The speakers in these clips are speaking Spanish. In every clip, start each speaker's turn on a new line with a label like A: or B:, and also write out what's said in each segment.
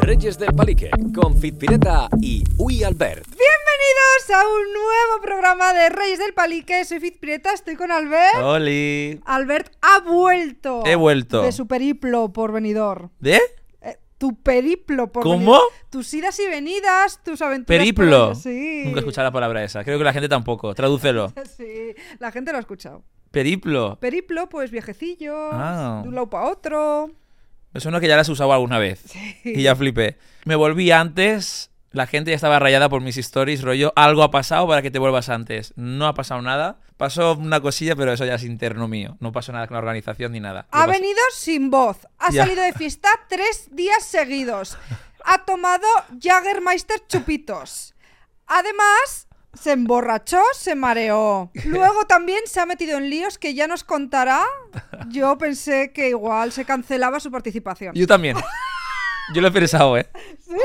A: Reyes del Palique, con Fitpireta y Uy Albert.
B: Bienvenidos a un nuevo programa de Reyes del Palique. Soy Fiz Prieta, estoy con Albert.
C: ¡Oli!
B: Albert ha vuelto.
C: He vuelto.
B: De su periplo por venidor.
C: ¿De?
B: Tu periplo por
C: ¿Cómo?
B: Benidorm. Tus idas y venidas, tus aventuras.
C: Periplo.
B: por- Sí.
C: Nunca he escuchado la palabra esa. Creo que la gente tampoco. Tradúcelo.
B: Sí, la gente lo ha escuchado.
C: Periplo.
B: Periplo, pues viajecillos,
C: Ah.
B: de un lado para otro.
C: Me suena que ya la has usado alguna vez. Y ya flipé. Me volví antes. La gente ya estaba rayada por mis stories, rollo. Algo ha pasado para que te vuelvas antes. No ha pasado nada. Pasó una cosilla, pero eso ya es interno mío. No pasó nada con la organización ni nada.
B: Ha
C: Lo pas-
B: venido sin voz. Ha
C: Ya.
B: salido de fiesta tres días seguidos. Ha tomado Jagermeister chupitos. Además, se emborrachó, se mareó. Luego también se ha metido en líos que ya nos contará. Yo pensé que igual se cancelaba su participación.
C: Yo también. Yo lo he pensado, ¿eh?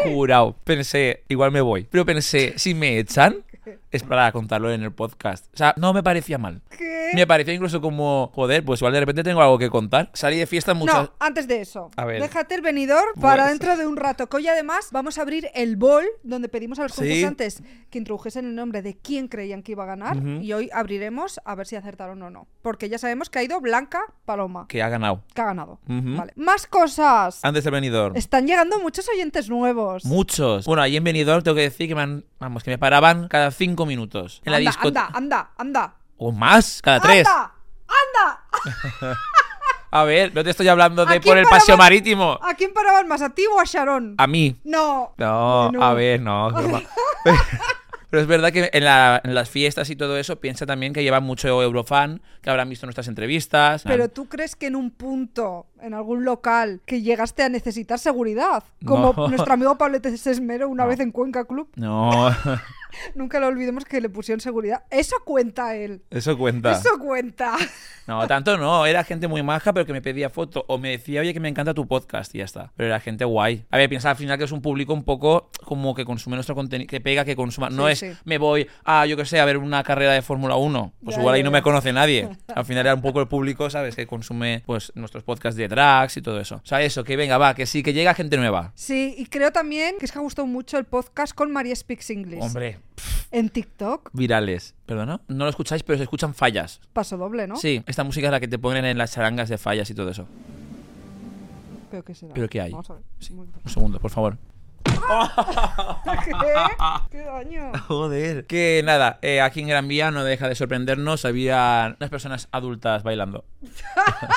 C: Jurado. Pensé, igual me voy. Pero pensé, si me echan, es para contarlo en el podcast. O sea, no me parecía mal.
B: ¿Qué?
C: Me parecía incluso como, joder, pues igual de repente tengo algo que contar. Salí de fiesta muchas...
B: No, antes de eso,
C: A ver. Pues-
B: déjate el venidor para
C: Bueno.
B: dentro de un rato, que hoy además vamos a abrir el bol donde pedimos a los
C: Sí.
B: concursantes que introdujesen el nombre de quién creían que iba a ganar
C: Ujú.
B: y hoy abriremos a ver si acertaron o no, porque ya sabemos que ha ido Blanca Paloma,
C: Que ha ganado.
B: que ha ganado.
C: Ujú.
B: Vale. Más cosas.
C: Antes del venidor.
B: Están llegando muchos oyentes nuevos.
C: Muchos. Bueno, ahí en venidor tengo que decir que me han... Vamos, que me paraban cada cinco minutos. En la
B: anda,
C: discoteca...
B: anda, anda, anda.
C: O más, cada tres.
B: Anda, anda.
C: A ver, no te estoy hablando
B: ¿A
C: de
B: quién
C: por el
B: paraban-
C: paseo marítimo.
B: ¿A quién paraban más? ¿A ti o a Sharon?
C: A mí.
B: No.
C: No,
B: Bueno.
C: a ver, no. broma. Pero es verdad que en, la- en las fiestas y todo eso piensa también que llevan mucho Eurofan, que habrán visto nuestras entrevistas.
B: Pero tú crees que en un punto, en algún local, que llegaste a necesitar seguridad,
C: No.
B: como nuestro amigo Pablo T. Sesmero una
C: No.
B: vez en Cuenca Club,
C: No,
B: nunca lo olvidemos que le pusieron seguridad. Eso cuenta él.
C: eso cuenta.
B: Eso cuenta.
C: No, tanto no. Era gente muy maja, pero que me pedía foto. O me decía, oye, que me encanta tu podcast y ya está. Pero era gente guay. A ver, piensa al final que es un público un poco como que consume nuestro contenido, que pega, que consuma. No
B: Sí,
C: es,
B: sí.
C: me voy a, yo que sé, a ver una carrera de Fórmula 1. Pues
B: Ya,
C: igual ahí
B: ya,
C: no
B: ya.
C: me conoce nadie. Al final era un poco el público, ¿sabes? Que consume, pues, nuestros podcasts de drags y todo eso. O sea, eso, que venga, va, que sí, que llega gente nueva.
B: Sí, y creo también que es que ha gustado mucho el podcast con María Speaks English.
C: Hombre,
B: En TikTok,
C: virales. ¿Perdona? No lo escucháis, pero se escuchan fallas.
B: paso doble, ¿no?
C: Sí, esta música es la que te ponen en las charangas de fallas y todo eso.
B: Pero que será.
C: ¿Pero qué hay?
B: Vamos a ver.
C: Un segundo, por favor.
B: ¿Qué? ¿Qué daño?
C: Joder. Que nada, eh, aquí en Gran Vía no deja de sorprendernos, había unas personas adultas bailando.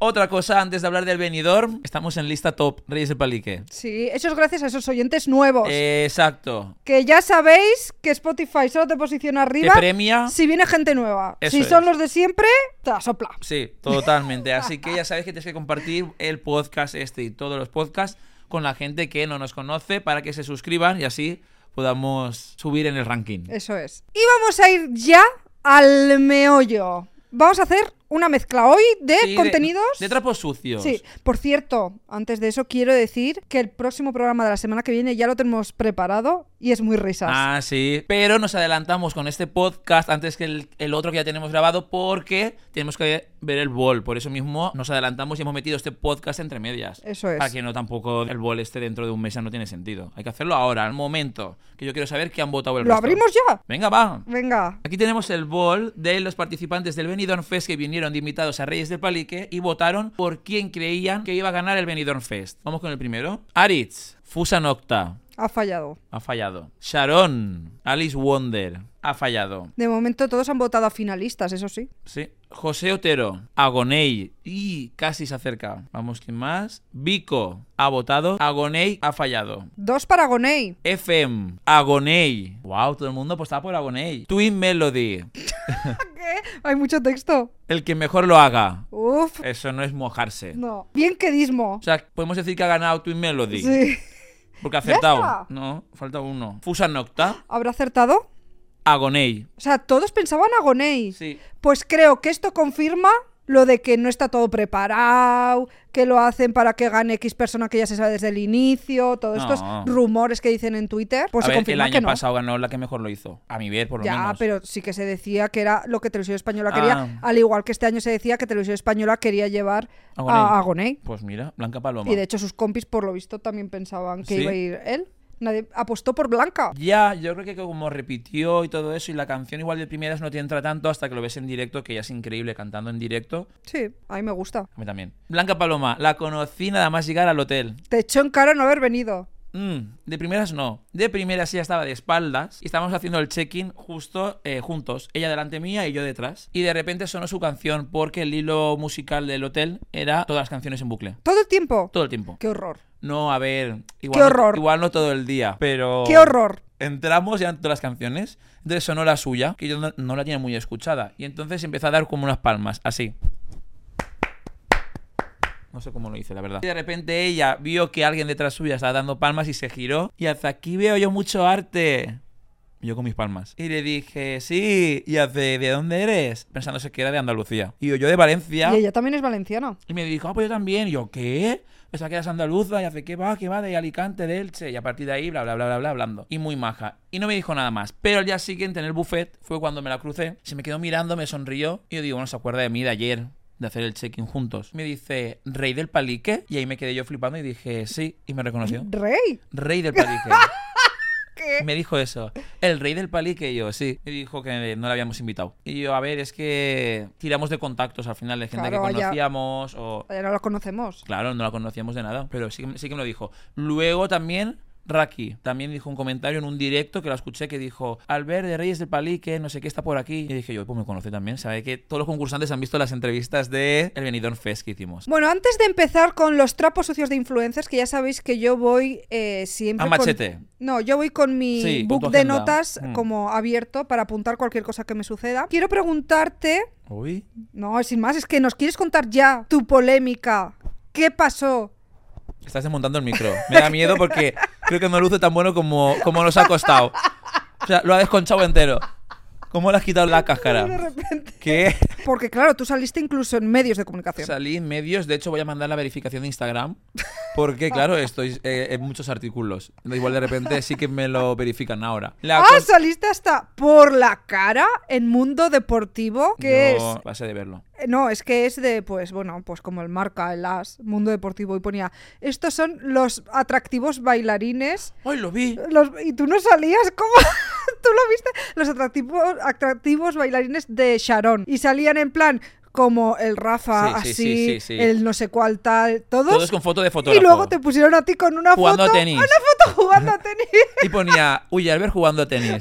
C: Otra cosa, antes de hablar del Benidorm, estamos en lista top, Reyes del Palique.
B: Sí, eso es gracias a esos oyentes nuevos.
C: Eh, exacto.
B: Que ya sabéis que Spotify solo te posiciona
C: ¿Qué
B: arriba
C: premia?
B: si viene gente nueva.
C: Eso
B: si son
C: es.
B: los de siempre, te la sopla.
C: Sí, totalmente. Así que ya sabéis que tienes que compartir el podcast este y todos los podcasts con la gente que no nos conoce para que se suscriban y así podamos subir en el ranking.
B: Eso es. Y vamos a ir ya al meollo. Vamos a hacer una mezcla hoy de
C: Sí,
B: contenidos.
C: De, trapos sucios.
B: Sí, por cierto, antes de eso quiero decir que el próximo programa de la semana que viene ya lo tenemos preparado y es muy risas.
C: Ah, sí. Pero nos adelantamos con este podcast antes que el, el otro que ya tenemos grabado porque tenemos que ver el bol. Por eso mismo nos adelantamos y hemos metido este podcast entre medias.
B: Eso es.
C: Para que no tampoco el bol esté dentro de un mes, ya no tiene sentido. Hay que hacerlo ahora, al momento. Que yo quiero saber qué han votado el
B: ¿Lo
C: resto.
B: abrimos ya?
C: Venga, va.
B: Venga.
C: Aquí tenemos el bol de los participantes del Benidorm Fest que vinieron de invitados a Reyes del Palique y votaron por quién creían que iba a ganar el Benidorm Fest. Vamos con el primero. Aritz, Fusa Nocta,
B: Ha fallado.
C: ha fallado. Sharon, Alice Wonder, ha fallado.
B: De momento todos han votado a finalistas, eso sí.
C: Sí. José Otero, Agoney. Y casi se acerca. Vamos, ¿quién más? Vico, ha votado. Agoney, ha fallado.
B: Dos para Gonei.
C: FM, Agoney. Wow, todo el mundo apostaba por Agoney. Twin Melody,
B: ¿Qué? Hay mucho texto.
C: el que mejor lo haga.
B: Uf.
C: Eso no es mojarse.
B: No. Bien quedismo.
C: O sea, podemos decir que ha ganado Twin Melody.
B: Sí.
C: Porque ha
B: Ya está.
C: acertado. No, falta uno. Fusa Nocta,
B: ¿Habrá acertado?
C: Agoney.
B: O sea, todos pensaban a Gonei.
C: Sí.
B: Pues creo que esto confirma lo de que no está todo preparado, que lo hacen para que gane X persona que ya se sabe desde el inicio, todos
C: No.
B: estos rumores que dicen en Twitter, pues
C: a
B: se
C: ver, el
B: confirma
C: año
B: que no.
C: pasado ganó la que mejor lo hizo. A mi ver, por lo
B: ya,
C: menos.
B: pero sí que se decía que era lo que Televisión Española
C: Ah.
B: quería, al igual que este año se decía que Televisión Española quería llevar
C: A Gonei.
B: a, a Gonei.
C: Pues mira, Blanca Paloma.
B: Y de hecho sus compis, por lo visto, también pensaban que
C: Sí.
B: iba a ir él. Nadie apostó por Blanca.
C: Ya, yo creo que como repitió y todo eso, y la canción igual de primeras no te entra tanto hasta que lo ves en directo, que ya es increíble cantando en directo.
B: Sí, a mí me gusta.
C: A mí también. Blanca Paloma, la conocí nada más llegar al hotel.
B: Te echó en cara no haber venido.
C: Mm, de primeras no. De primeras ella estaba de espaldas y estábamos haciendo el check-in justo eh, juntos. Ella delante mía y yo detrás. Y de repente sonó su canción porque el hilo musical del hotel era todas las canciones en bucle.
B: Todo el tiempo.
C: Todo el tiempo.
B: Qué horror.
C: No, a ver. Igual
B: Qué
C: no-
B: horror.
C: igual no todo el día, pero.
B: Qué horror.
C: Entramos y eran todas las canciones. Entonces sonó la suya, que yo no, no la tenía muy escuchada. Y entonces empezó a dar como unas palmas, así. No sé cómo lo hice, la verdad. Y de repente ella vio que alguien detrás suya estaba dando palmas y se giró. Y hasta aquí veo yo mucho arte. Yo con mis palmas. Y le dije, sí. Y hace, ¿de dónde eres? Pensándose que era de Andalucía. Y yo, yo de Valencia.
B: Y ella también es valenciana.
C: Y me dijo, ah, pues yo también. Y yo, ¿qué? Pensaba que eras andaluza. Y hace, ¿qué va? ¿Qué va? De Alicante, de Elche. Y a partir de ahí, bla, bla, bla, bla, bla, hablando. Y muy maja. Y no me dijo nada más. Pero el día siguiente en el buffet fue cuando me la crucé. Se me quedó mirando, me sonrió. Y yo digo, no se acuerda de mí de ayer. De hacer el check-in juntos. Me dice, ¿rey del palique? Y ahí me quedé yo flipando y dije, sí. Y me reconoció.
B: Rey.
C: Rey del palique.
B: ¿Qué?
C: Me dijo eso. El rey del palique y yo, sí. Me dijo que no la habíamos invitado. Y yo, a ver, es que tiramos de contactos al final de gente
B: Claro,
C: que
B: ya.
C: conocíamos o...
B: Ya no la conocemos.
C: Claro, no la conocíamos de nada, pero sí, que- sí que me lo dijo. Luego también Raki, también dijo un comentario en un directo que la escuché que dijo, Albert de Reyes del Palique, no sé qué está por aquí. Y dije yo, pues me conoce también, sabe que todos los concursantes han visto las entrevistas de El Benidorm Fest que hicimos.
B: Bueno, antes de empezar con los trapos sucios de influencers, que ya sabéis que yo voy eh, siempre.
C: A
B: con-
C: machete.
B: No, yo voy con mi
C: Sí, con
B: book
C: tu
B: de
C: agenda.
B: notas
C: Mm.
B: como abierto para apuntar cualquier cosa que me suceda. Quiero preguntarte.
C: Uy.
B: No, sin más, es que nos quieres contar ya tu polémica. ¿Qué pasó?
C: Estás desmontando el micro. Me da miedo porque creo que no luce tan bueno como, como nos ha costado. O sea, lo ha desconchado entero. ¿Cómo le has quitado la
B: De
C: cáscara?
B: repente.
C: ¿Qué?
B: Porque claro, tú saliste incluso en medios de comunicación.
C: Salí en medios, de hecho voy a mandar la verificación de Instagram, porque claro, estoy eh, en muchos artículos. Igual de repente sí que me lo verifican ahora. La
B: ah,
C: cosa-
B: saliste hasta por la cara en Mundo Deportivo, que
C: No,
B: es
C: vas a de verlo.
B: Eh, No, es que es de, pues bueno, pues como el marca, el as, mundo deportivo, y ponía, estos son los atractivos bailarines,
C: ¡Ay, lo vi!
B: los, y tú no salías, ¿cómo? ¿Tú lo viste? Los atractivos, atractivos bailarines de Sharon, y salían en plan como el Rafa,
C: Sí, sí,
B: así,
C: sí, sí, sí.
B: el no sé cuál tal, todos,
C: Todos con foto de fotógrafo.
B: y luego te pusieron a ti con una
C: Jugando a
B: foto, Ah,
C: tenis.
B: una foto jugando a tenis,
C: Y ponía, uy, Albert jugando a tenis.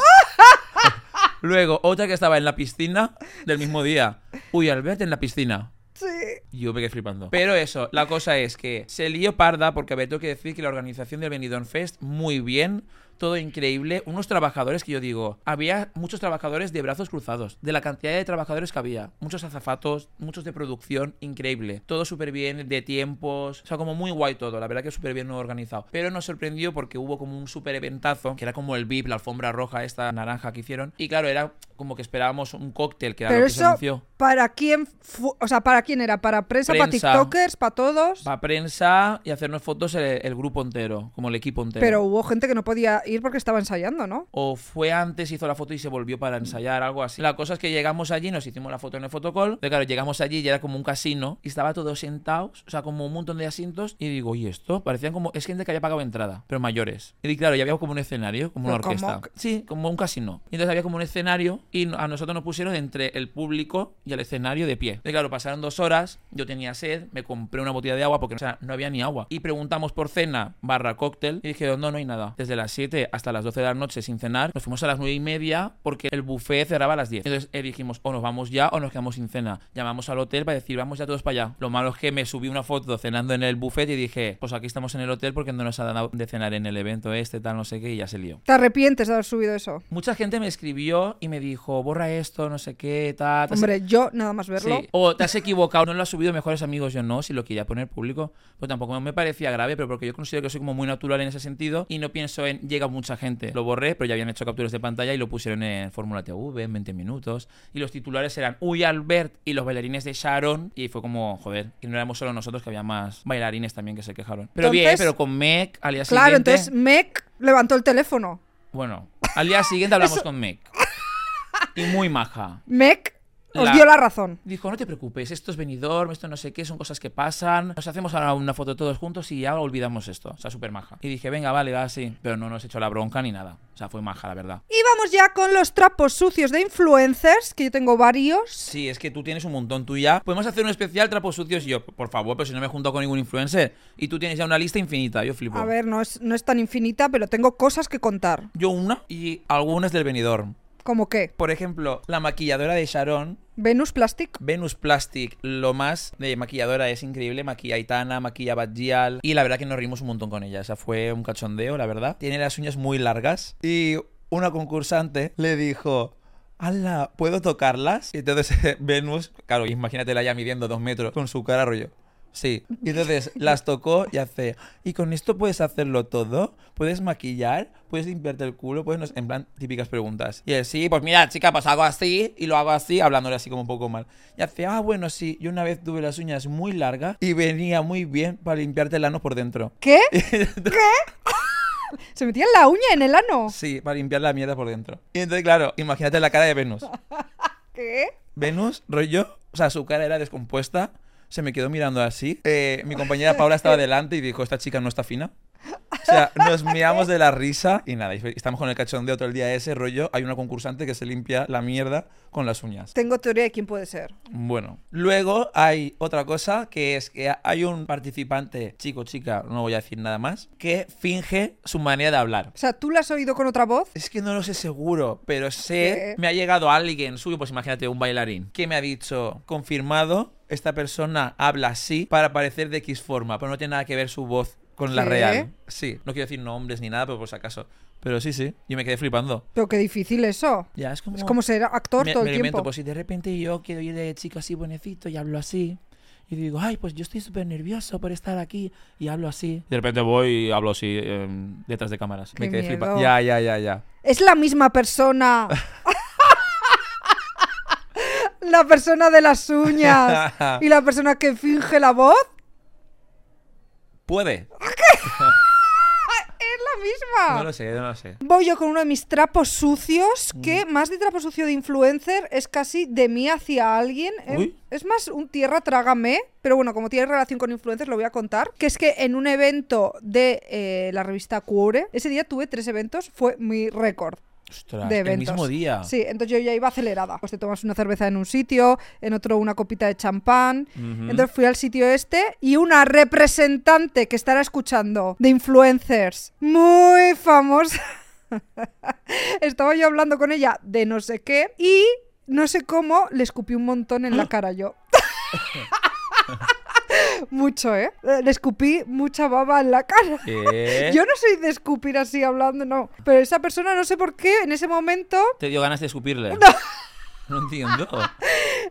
C: luego, otra que estaba en la piscina del mismo día. Uy, Albert en la piscina.
B: sí.
C: Yo me quedé flipando. Pero eso, la cosa es que se lió parda porque a ver, tengo que decir que la organización del Benidorm Fest, muy bien, todo increíble. Unos trabajadores que yo digo, había muchos trabajadores de brazos cruzados, de la cantidad de trabajadores que había. Muchos azafatos, muchos de producción, increíble. Todo súper bien, de tiempos, o sea, como muy guay todo, la verdad que súper bien organizado. Pero nos sorprendió porque hubo como un súper eventazo, que era como el VIP, la alfombra roja, esta naranja que hicieron. Y claro, era como que esperábamos un cóctel, que era
B: Pero
C: lo que se
B: eso,
C: anunció.
B: ¿para quién, fu- o sea, para quién era? ¿Para prensa,
C: Prensa.
B: para tiktokers, para todos?
C: Para prensa y hacernos fotos el, el grupo entero, como el equipo entero.
B: Pero hubo gente que no podía ir porque estaba ensayando, ¿no?
C: O fue antes, hizo la foto y se volvió para ensayar, algo así. La cosa es que llegamos allí, nos hicimos la foto en el fotocall. De claro, llegamos allí y era como un casino. Y estaba todos sentados, o sea, como un montón de asientos. Y digo, ¿y esto? Parecían como. Es gente que había pagado entrada, pero mayores. Y claro, ya había como un escenario, como una
B: ¿Pero cómo?
C: orquesta. Sí, como un casino. Y entonces había como un escenario y no- a nosotros nos pusieron entre el público y el escenario de pie. Y claro, pasaron dos horas, yo tenía sed, me compré una botella de agua porque o sea, no había ni agua. Y preguntamos por cena barra cóctel y dijeron, no, no hay nada. Desde las 7 hasta las 12 de la noche sin cenar, nos fuimos a las 9 y media porque el buffet cerraba a las 10. Entonces eh, dijimos, o nos vamos ya o nos quedamos sin cena. Llamamos al hotel para decir, vamos ya todos para allá. Lo malo es que me subí una foto cenando en el buffet y dije, pues aquí estamos en el hotel porque no nos ha dado de cenar en el evento este, tal, no sé qué, y ya se lió.
B: ¿Te arrepientes de haber subido eso?
C: Mucha gente me escribió y me dijo, borra esto, no sé qué, tal.
B: Hombre, yo nada más verlo.
C: O te has equivocado, no lo has subido mejores amigos. Yo no, si lo quería poner público, pues tampoco me parecía grave, pero porque yo considero que soy como muy natural en ese sentido y no pienso en llega llega mucha gente. Lo borré, pero ya habían hecho capturas de pantalla y lo pusieron en Fórmula TV en 20 minutos. Y los titulares eran Uy Albert y los bailarines de Sharon. Y fue como, joder, que no éramos solo nosotros, que había más bailarines también que se quejaron. Pero bien,
B: Entonces-
C: pero con Meg, al día
B: Claro,
C: siguiente.
B: entonces Mec levantó el teléfono.
C: Bueno, al día siguiente hablamos con Meg. Y muy maja.
B: Mec os
C: La-
B: dio la razón.
C: Dijo, no te preocupes, esto es venidor, esto no sé qué, son cosas que pasan. Nos hacemos ahora una foto todos juntos y ya olvidamos esto. O sea, súper maja. Y dije, venga, vale, va así. Pero no nos echó la bronca ni nada. O sea, fue maja, la verdad.
B: Y vamos ya con los trapos sucios de influencers, que yo tengo varios.
C: Sí, es que tú tienes un montón, tú ya. Podemos hacer un especial trapos sucios y yo, por favor, pero si no me junto con ningún influencer. Y tú tienes ya una lista infinita, yo flipo.
B: A ver, no es, no es tan infinita, pero tengo cosas que contar.
C: Yo una y algunas del venidor.
B: ¿Como qué?
C: Por ejemplo, la maquilladora de Sharon
B: Venus Plastic.
C: Venus Plastic, lo más de maquilladora, es increíble. Maquilla a Itana, maquilla a Bad Gyal. Y la verdad que nos rimos un montón con ella. O sea, fue un cachondeo, la verdad. Tiene las uñas muy largas. Y una concursante le dijo. ¡Hala! ¿Puedo tocarlas? Y entonces Venus, claro, imagínatela ya midiendo dos metros con su cara rollo. Sí. Y entonces las tocó y hace. Y con esto puedes hacerlo todo. Puedes maquillar, puedes limpiarte el culo, puedes. no sé-". En plan, típicas preguntas. Y él, sí, pues mira, chica, pues hago así y lo hago así, hablándole así como un poco mal. Y hace, ah, bueno, sí. Yo una vez tuve las uñas muy largas y venía muy bien para limpiarte el ano por dentro.
B: ¿Qué? ¿Qué? Se metían la uña en el ano.
C: Sí, para limpiar la mierda por dentro. Y entonces, claro, imagínate la cara de Venus.
B: ¿Qué?
C: Venus, rollo, o sea, su cara era descompuesta. Se me quedó mirando así. Eh, mi compañera Paula estaba delante y dijo, esta chica no está fina. O sea, nos miramos de la risa y nada, y estamos con el cachondeo todo el día ese rollo. Hay una concursante que se limpia la mierda con las uñas.
B: Tengo teoría de quién puede ser.
C: Bueno, luego hay otra cosa que es que hay un participante, chico, chica, no voy a decir nada más, que finge su manera de hablar.
B: O sea, ¿tú la has oído con otra voz?
C: Es que no lo sé seguro, pero sé,
B: ¿Qué?
C: me ha llegado alguien suyo, pues imagínate, un bailarín, que me ha dicho, confirmado, esta persona habla así para parecer de X forma, pero no tiene nada que ver su voz con la
B: ¿Qué?
C: real. Sí, no quiero decir nombres ni nada, pero por si acaso. Pero sí, sí, yo me quedé flipando.
B: Pero qué difícil eso.
C: Ya, es como...
B: Es como ser actor
C: me,
B: todo
C: me
B: el
C: lo invento,
B: tiempo.
C: pues si de repente yo quiero ir de chico así bonecito y hablo así, y digo, ay, pues yo estoy súper nervioso por estar aquí y hablo así. De repente voy y hablo así eh, detrás de cámaras.
B: Qué miedo.
C: Ya, ya, ya, ya.
B: Es la misma persona. la persona de las uñas. Y la persona que finge la voz.
C: Puede.
B: Es la misma.
C: No lo sé, Mm. no lo sé.
B: Voy yo con uno de mis trapos sucios, que más de trapo sucio de influencer es casi de mí hacia alguien. ¿eh?
C: Uy.
B: Es más un tierra trágame, pero bueno, como tiene relación con influencers lo voy a contar. Que es que en un evento de eh, la revista Cuore, ese día tuve tres eventos, fue mi récord.
C: Ostras,
B: de
C: el
B: eventos.
C: mismo día.
B: Sí, entonces yo ya iba acelerada. Pues te tomas una cerveza en un sitio, en otro una copita de champán.
C: Ujú.
B: Entonces fui al sitio este y una representante que estará escuchando de influencers muy famosa. Estaba yo hablando con ella de no sé qué y no sé cómo le escupí un montón en la cara yo. Mucho, ¿eh? Eh, Le escupí mucha baba en la cara.
C: ¿Qué?
B: Yo no soy de escupir así hablando, no. Pero esa persona, no sé por qué, en ese momento
C: Te dio ganas de escupirle. No entiendo.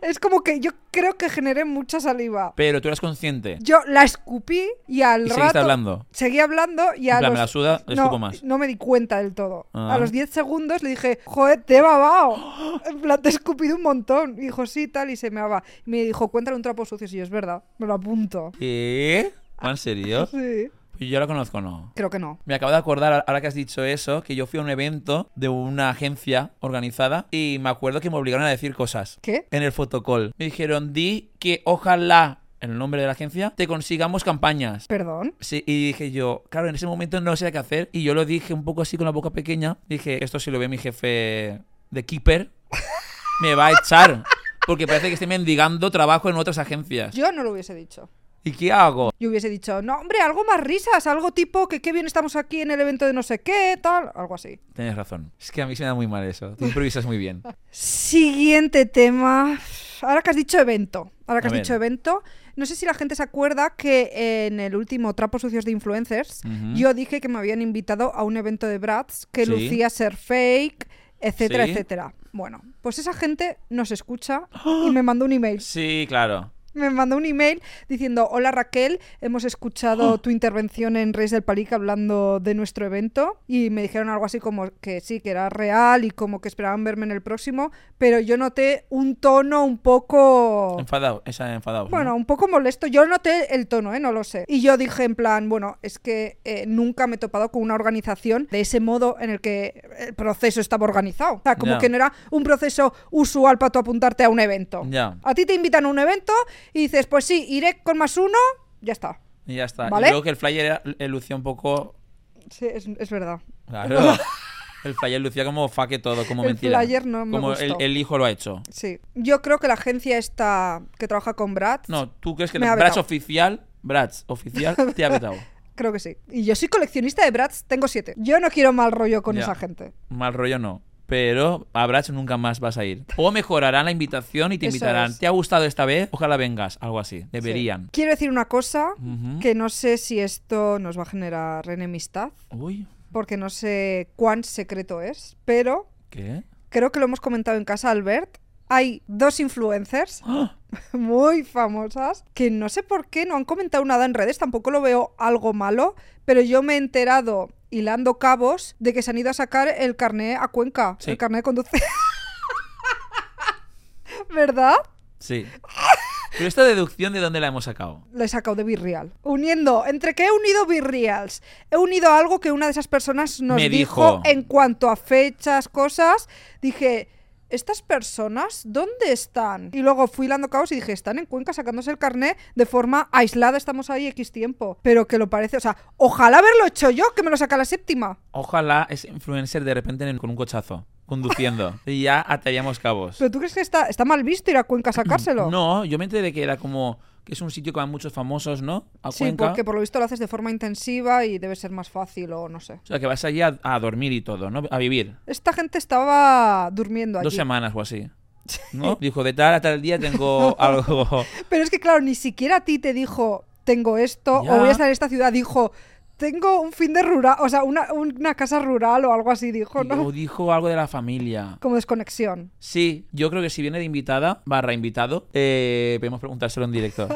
B: es como que yo creo que generé mucha saliva.
C: Pero tú eras consciente.
B: Yo la escupí y al
C: Y
B: rato.
C: seguiste hablando.
B: Seguí hablando y a
C: En plan,
B: los-
C: me la suda, le
B: no,
C: escupo más.
B: No me di cuenta del todo.
C: Ah.
B: A los 10 segundos le dije, joder, te he babao. En plan, te he escupido un montón. Y dijo, sí, tal, y se me daba. Y me dijo, cuéntale un trapo sucio. Y yo, es verdad, me lo apunto.
C: ¿Qué? ¿En serio?
B: Sí.
C: Pues Yo la conozco, no.
B: Creo que no.
C: Me acabo de acordar, ahora que has dicho eso, que yo fui a un evento de una agencia organizada y me acuerdo que me obligaron a decir cosas.
B: ¿Qué?
C: En el fotocall. Me dijeron, di que ojalá, en el nombre de la agencia, te consigamos campañas.
B: Perdón.
C: Sí, y dije yo, claro, en ese momento no sé qué hacer. Y yo lo dije un poco así con la boca pequeña. Dije, esto si lo ve mi jefe de Keeper, me va a echar. Porque parece que estoy mendigando trabajo en otras agencias.
B: Yo no lo hubiese dicho.
C: ¿Y qué hago?
B: Yo hubiese dicho, no, hombre, algo más risas, algo tipo que qué bien estamos aquí en el evento de no sé qué, tal, algo así.
C: Tienes razón. Es que a mí se me da muy mal eso. Tú improvisas muy bien.
B: Siguiente tema. Ahora que has dicho evento, ahora que
C: A
B: has
C: ver.
B: dicho evento, no sé si la gente se acuerda que en el último Trapos Sucios de Influencers
C: Ujú.
B: yo dije que me habían invitado a un evento de Bratz que
C: Sí.
B: lucía ser fake, etcétera,
C: Sí. ¡Ah!
B: etcétera. Bueno, pues esa gente nos escucha y me mandó un email.
C: Sí, claro.
B: me mandó un email diciendo, hola Raquel, hemos
C: Oh.
B: escuchado tu intervención en Reyes del Palique hablando de nuestro evento y me dijeron algo así como que sí, que era real y como que esperaban verme en el próximo, pero yo noté un tono un poco...
C: Enfadado, esa enfadado.
B: Bueno, un poco molesto. Yo noté el tono, ¿eh? No lo sé. Y yo dije en plan, bueno, es que eh, nunca me he topado con una organización de ese modo en el que el proceso estaba organizado. O sea, como
C: Ya.
B: que no era un proceso usual para tú apuntarte a un evento.
C: Ya.
B: A ti te invitan a un evento y dices, pues sí, iré con más uno, ya está.
C: Y ya está.
B: ¿Vale?
C: Y luego que el flyer era- eh, lucía un poco.
B: Sí, es, es verdad.
C: Claro. El flyer lucía como faque todo, como
B: El
C: mentira.
B: flyer no me
C: Como El,
B: gustó.
C: el hijo lo ha hecho.
B: Sí. Yo creo que la agencia esta que trabaja con Brad,
C: No, tú crees que
B: Me
C: el
B: ha
C: Bratz
B: vetado.
C: oficial, Bratz oficial, te ha vetado.
B: creo que sí. Y yo soy coleccionista de Brads, tengo siete. Yo no quiero mal rollo con
C: Ya.
B: esa gente.
C: Mal rollo no. Pero a Bratz nunca más vas a ir. O mejorarán la invitación y te
B: Eso
C: invitarán.
B: es.
C: ¿Te ha gustado esta vez? Ojalá vengas. Algo así. Deberían. Mm.
B: Sí. Quiero decir una cosa
C: Ujú.
B: que no sé si esto nos va a generar enemistad,
C: Uy,
B: porque no sé cuán secreto es, pero
C: ¿qué?
B: creo que lo hemos comentado en casa, Albert. Hay dos influencers
C: ¡Ah!
B: muy famosas que no sé por qué no han comentado nada en redes, tampoco lo veo algo malo, pero yo me he enterado hilando cabos de que se han ido a sacar el carné a Cuenca,
C: Sí.
B: el carné de conducir. ¿Verdad?
C: Sí. Pero esta deducción, ¿de dónde la hemos sacado?
B: le he sacado de Virreal. Uniendo, entre que he unido Virreals, he unido algo que una de esas personas nos
C: Me
B: dijo,
C: dijo.
B: en cuanto a fechas, cosas. Dije, ¿estas personas dónde están? Y luego fui dando caos y dije, están en Cuenca sacándose el carné de forma aislada, estamos ahí X tiempo. Pero que lo parece, o sea, ojalá haberlo hecho yo, que me lo saca la séptima.
C: Ojalá ese influencer de repente en- con un cochazo, conduciendo. y ya ataríamos cabos.
B: ¿Pero tú crees que está, está mal visto ir a Cuenca a sacárselo?
C: No, yo me enteré de que era como. que es un sitio que van muchos famosos, ¿no? A
B: Sí,
C: Cuenca.
B: porque por lo visto lo haces de forma intensiva y debe ser más fácil o no sé.
C: O sea, que vas allí a, a dormir y todo, ¿no? A vivir.
B: Esta gente estaba durmiendo allí.
C: Dos semanas o así. ¿No? Dijo, de tal a tal día tengo algo.
B: Pero es que, claro, ni siquiera a ti te dijo, tengo esto,
C: Ya.
B: o voy a estar en esta ciudad. Dijo, tengo un fin de rural, o sea, una, una casa rural o algo así, dijo, ¿no?
C: O dijo algo de la familia.
B: Como desconexión.
C: Sí, yo creo que si viene de invitada, barra invitado, eh, podemos preguntárselo en directo.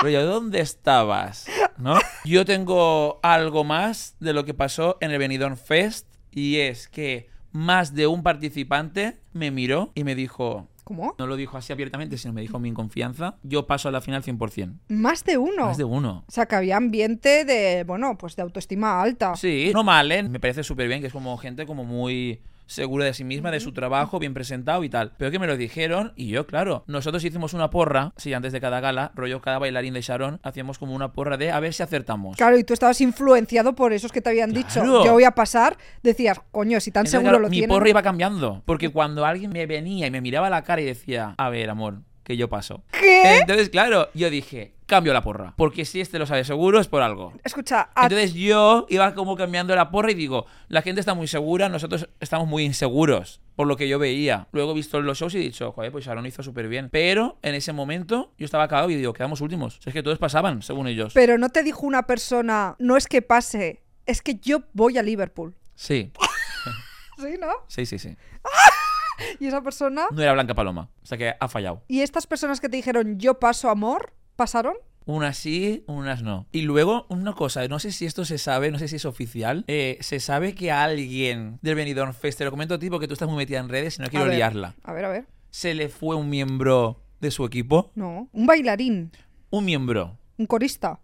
C: Rollo, ¿dónde estabas? ¿No? Yo tengo algo más de lo que pasó en el Benidorm Fest y es que más de un participante me miró y me dijo,
B: ¿Cómo?
C: no lo dijo así abiertamente, sino me dijo mi confianza, yo paso a la final 100%.
B: Más de uno.
C: Más de uno.
B: O sea, que había ambiente de, bueno, pues de autoestima alta.
C: Sí, no mal, ¿eh? Me parece súper bien, que es como gente como muy segura de sí misma, de su trabajo, bien presentado y tal. Pero que me lo dijeron y yo, claro, nosotros hicimos una porra, sí, antes de cada gala, rollo cada bailarín de Sharon, hacíamos como una porra de a ver si acertamos.
B: Claro, y tú estabas influenciado por esos que te habían dicho,
C: Claro.
B: yo voy a pasar, decías, coño, si tan
C: Entonces,
B: seguro
C: claro,
B: lo
C: mi
B: tienen.
C: porra iba cambiando, porque cuando alguien me venía y me miraba la cara y decía, a ver, amor, que yo paso.
B: ¿Qué?
C: Entonces, claro, yo dije, cambio la porra, porque si este lo sabe seguro es por algo.
B: Escucha, a-
C: Entonces yo iba como cambiando la porra y digo, la gente está muy segura, nosotros estamos muy inseguros, por lo que yo veía. Luego he visto los shows y he dicho, joder, pues Sharon hizo súper bien. Pero en ese momento yo estaba cagado y digo, quedamos últimos. Si es que todos pasaban, según ellos.
B: pero no te dijo una persona, no es que pase, es que yo voy a Liverpool.
C: Sí,
B: Sí, ¿no?
C: sí, sí, sí.
B: Y esa persona...
C: No era Blanca Paloma, o sea que ha fallado.
B: ¿Y estas personas que te dijeron yo paso amor, pasaron?
C: Unas sí, unas no. Y luego, una cosa, no sé si esto se sabe, no sé si es oficial. eh, se sabe que alguien del Benidorm Fest, te lo comento a ti porque tú estás muy metida en redes y no quiero
B: ver,
C: liarla.
B: A ver, a ver.
C: Se le fue un miembro de su equipo
B: No. Un bailarín,
C: un miembro.
B: un corista.
C: Un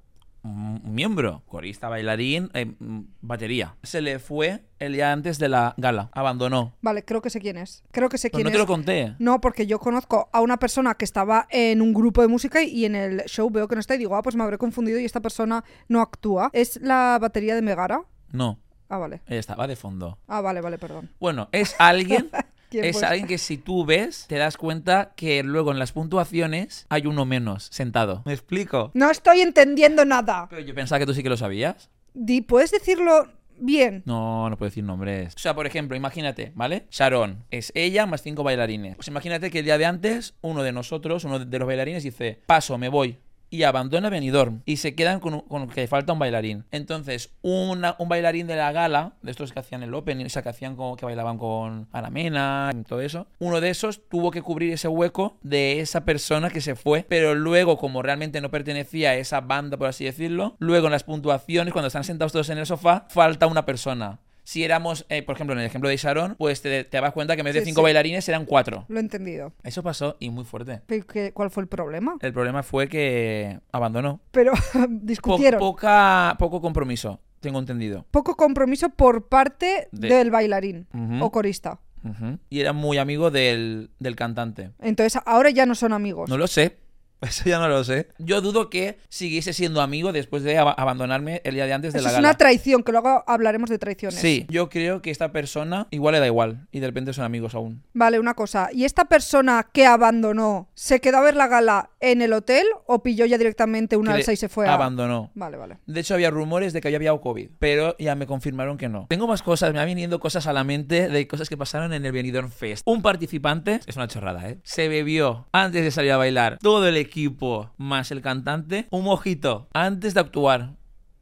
C: un miembro, corista, bailarín, eh, mm, batería. Se le fue el día antes de la gala. Abandonó.
B: Vale, creo que sé quién es. Creo que sé
C: Pero
B: quién
C: no te
B: es.
C: lo conté.
B: No, porque yo conozco a una persona que estaba en un grupo de música y en el show veo que no está y digo, ah, pues me habré confundido y esta persona no actúa. ¿Es la batería de Megara?
C: No,
B: Ah, vale.
C: ella estaba de fondo.
B: Ah, vale, vale, perdón.
C: Bueno, es alguien.
B: ¿Quién
C: es
B: pues?
C: alguien que si tú ves, te das cuenta que luego en las puntuaciones hay uno menos sentado. ¿Me explico?
B: No estoy entendiendo nada.
C: Pero yo pensaba que tú sí que lo sabías.
B: Di, ¿puedes decirlo bien?
C: No, no puedo decir nombres. O sea, por ejemplo, imagínate, ¿vale? Sharon es ella más cinco bailarines. Pues imagínate que el día de antes, uno de nosotros, uno de los bailarines, dice, paso, me voy. y abandona Benidorm y se quedan con, un- con que falta un bailarín. Entonces, una- un bailarín de la gala, de estos que hacían el Open, o sea, que hacían como que bailaban con Ana Mena y todo eso, uno de esos tuvo que cubrir ese hueco de esa persona que se fue, pero luego, como realmente no pertenecía a esa banda, por así decirlo, luego en las puntuaciones, cuando están sentados todos en el sofá, falta una persona. Si éramos, eh, por ejemplo, en el ejemplo de Isarón, pues te, te das cuenta que en vez de
B: Sí, sí.
C: cinco bailarines eran cuatro.
B: Lo he entendido.
C: Eso pasó y muy fuerte.
B: Pero ¿qué- ¿Cuál fue el problema?
C: El problema fue que abandonó.
B: Pero
C: Po-
B: discutieron.
C: poca, poco compromiso, tengo entendido.
B: Poco compromiso por parte
C: De-
B: del bailarín
C: Ujú.
B: o corista.
C: Ujú. Y era muy amigo del, del cantante.
B: Entonces ahora ya no son amigos.
C: No lo sé. Eso ya no lo sé. Yo dudo que siguiese siendo amigo después de ab- abandonarme el día de antes de
B: Eso
C: la
B: es
C: gala.
B: una traición, que luego hablaremos de traiciones.
C: sí, yo creo que esta persona igual le da igual y de repente son amigos aún.
B: Vale, una cosa. ¿Y esta persona que abandonó se quedó a ver la gala en el hotel o pilló ya directamente un
C: Que le-
B: alza y se fue a...
C: Abandonó.
B: Vale, vale.
C: De hecho, había rumores de que había habido COVID, pero ya me confirmaron que no. Tengo más cosas, me han venido cosas a la mente de cosas que pasaron en el Benidorm Fest. Un participante, es una chorrada, ¿eh? Se bebió antes de salir a bailar todo el equipo más el cantante un mojito antes de actuar.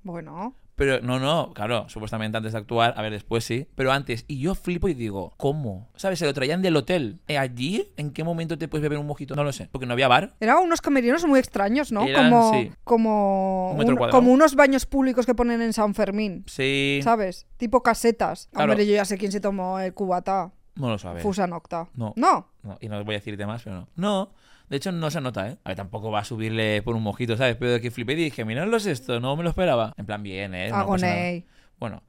B: Bueno,
C: Pero no, no, claro, supuestamente antes de actuar, a ver, después sí, pero antes. Y yo flipo y digo, ¿cómo? ¿Sabes? Se lo traían del hotel. ¿Eh, ¿Allí? ¿En qué momento te puedes beber un mojito? No lo sé, porque no había bar.
B: eran unos camerinos muy extraños, ¿no?
C: Eran,
B: como,
C: sí.
B: como,
C: Un metro
B: un-
C: cuadrado.
B: como unos baños públicos que ponen en San Fermín,
C: Sí.
B: ¿sabes? Tipo casetas.
C: Claro.
B: Hombre, yo ya sé quién se tomó el cubata.
C: No lo sabes.
B: Fusa Nocta.
C: No.
B: No.
C: No, y no voy a decirte más, pero no. No, de hecho no se nota, ¿eh? A ver, tampoco va a subirle por un mojito, ¿sabes? Pero de que flipé y dije, mirarlos esto, no me lo esperaba. En plan, bien, ¿eh? No pasa nada.
B: Agoney.
C: Bueno,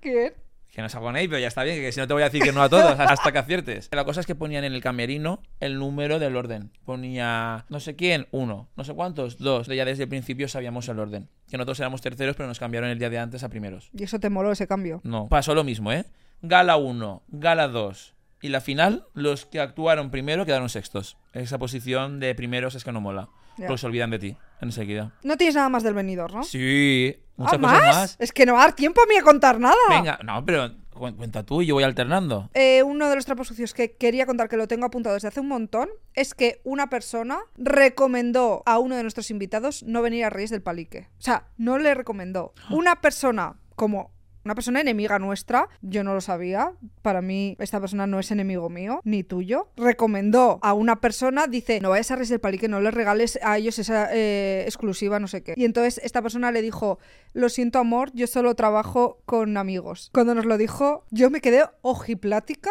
B: ¿Quién?
C: que no se agonéis, pero ya está bien, que si no te voy a decir que no a todos, hasta que aciertes. La cosa es que ponían en el camerino el número del orden. Ponía no sé quién, uno, no sé cuántos, dos. Ya desde el principio sabíamos el orden. Que nosotros éramos terceros, pero nos cambiaron el día de antes a primeros.
B: Y eso te moló ese cambio.
C: No, pasó lo mismo, ¿eh? Gala 1, Gala 2. Y la final, los que actuaron primero quedaron sextos. Esa posición de primeros es que no mola.
B: Ya.
C: Porque se olvidan de ti enseguida.
B: No tienes nada más del venidor, ¿no?
C: Sí, muchas
B: ¿Ah,
C: cosas más.
B: Es que no va a dar tiempo a mí a contar nada.
C: Venga, no, pero cu- cuenta tú y yo voy alternando.
B: Eh, uno de los trapos sucios que quería contar, que lo tengo apuntado desde hace un montón, es que una persona recomendó a uno de nuestros invitados no venir a Reyes del Palique. O sea, no le recomendó. Una persona como... Una persona enemiga nuestra, yo no lo sabía, para mí esta persona no es enemigo mío, ni tuyo, recomendó a una persona, dice, no vayas a Reyes del Palique, no les regales a ellos esa eh, exclusiva, no sé qué. Y entonces esta persona le dijo, lo siento amor, yo solo trabajo con amigos. Cuando nos lo dijo, yo me quedé ojiplática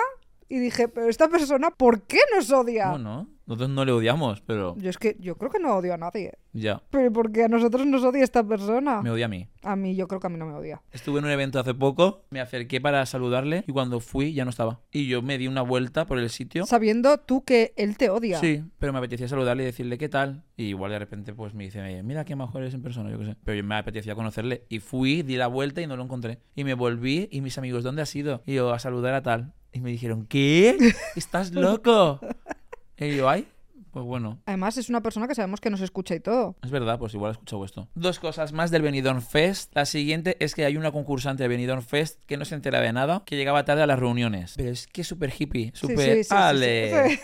B: y dije, pero esta persona, ¿por qué nos odia?
C: No, no. Nosotros no le odiamos, pero
B: Yo es que yo creo que no odio a nadie.
C: ya.
B: Pero ¿por qué a nosotros nos odia esta persona?
C: Me odia a mí.
B: A mí yo creo que a mí no me odia.
C: Estuve en un evento hace poco, me acerqué para saludarle y cuando fui ya no estaba. Y yo me di una vuelta por el sitio.
B: Sabiendo tú que él te odia.
C: Sí, pero me apetecía saludarle y decirle qué tal. Y igual de repente pues me dice, "Oye, mira qué mejor eres en persona, yo qué sé. Pero yo me apetecía conocerle. Y fui, di la vuelta y no lo encontré. Y me volví y mis amigos, ¿dónde has ido? Y yo, a saludar a tal. Y me dijeron, ¿qué? ¿Estás loco? Y yo, ay, pues bueno.
B: Además es una persona que sabemos que nos escucha y todo.
C: Es verdad, pues igual he escuchado esto. Dos cosas más del Benidorm Fest. La siguiente es que hay una concursante de Benidorm Fest que no se entera de nada, que llegaba tarde a las reuniones. Pero es que es súper hippie,
B: Sí,
C: súper
B: sí, sí, sí,
C: ale.
B: sí, sí.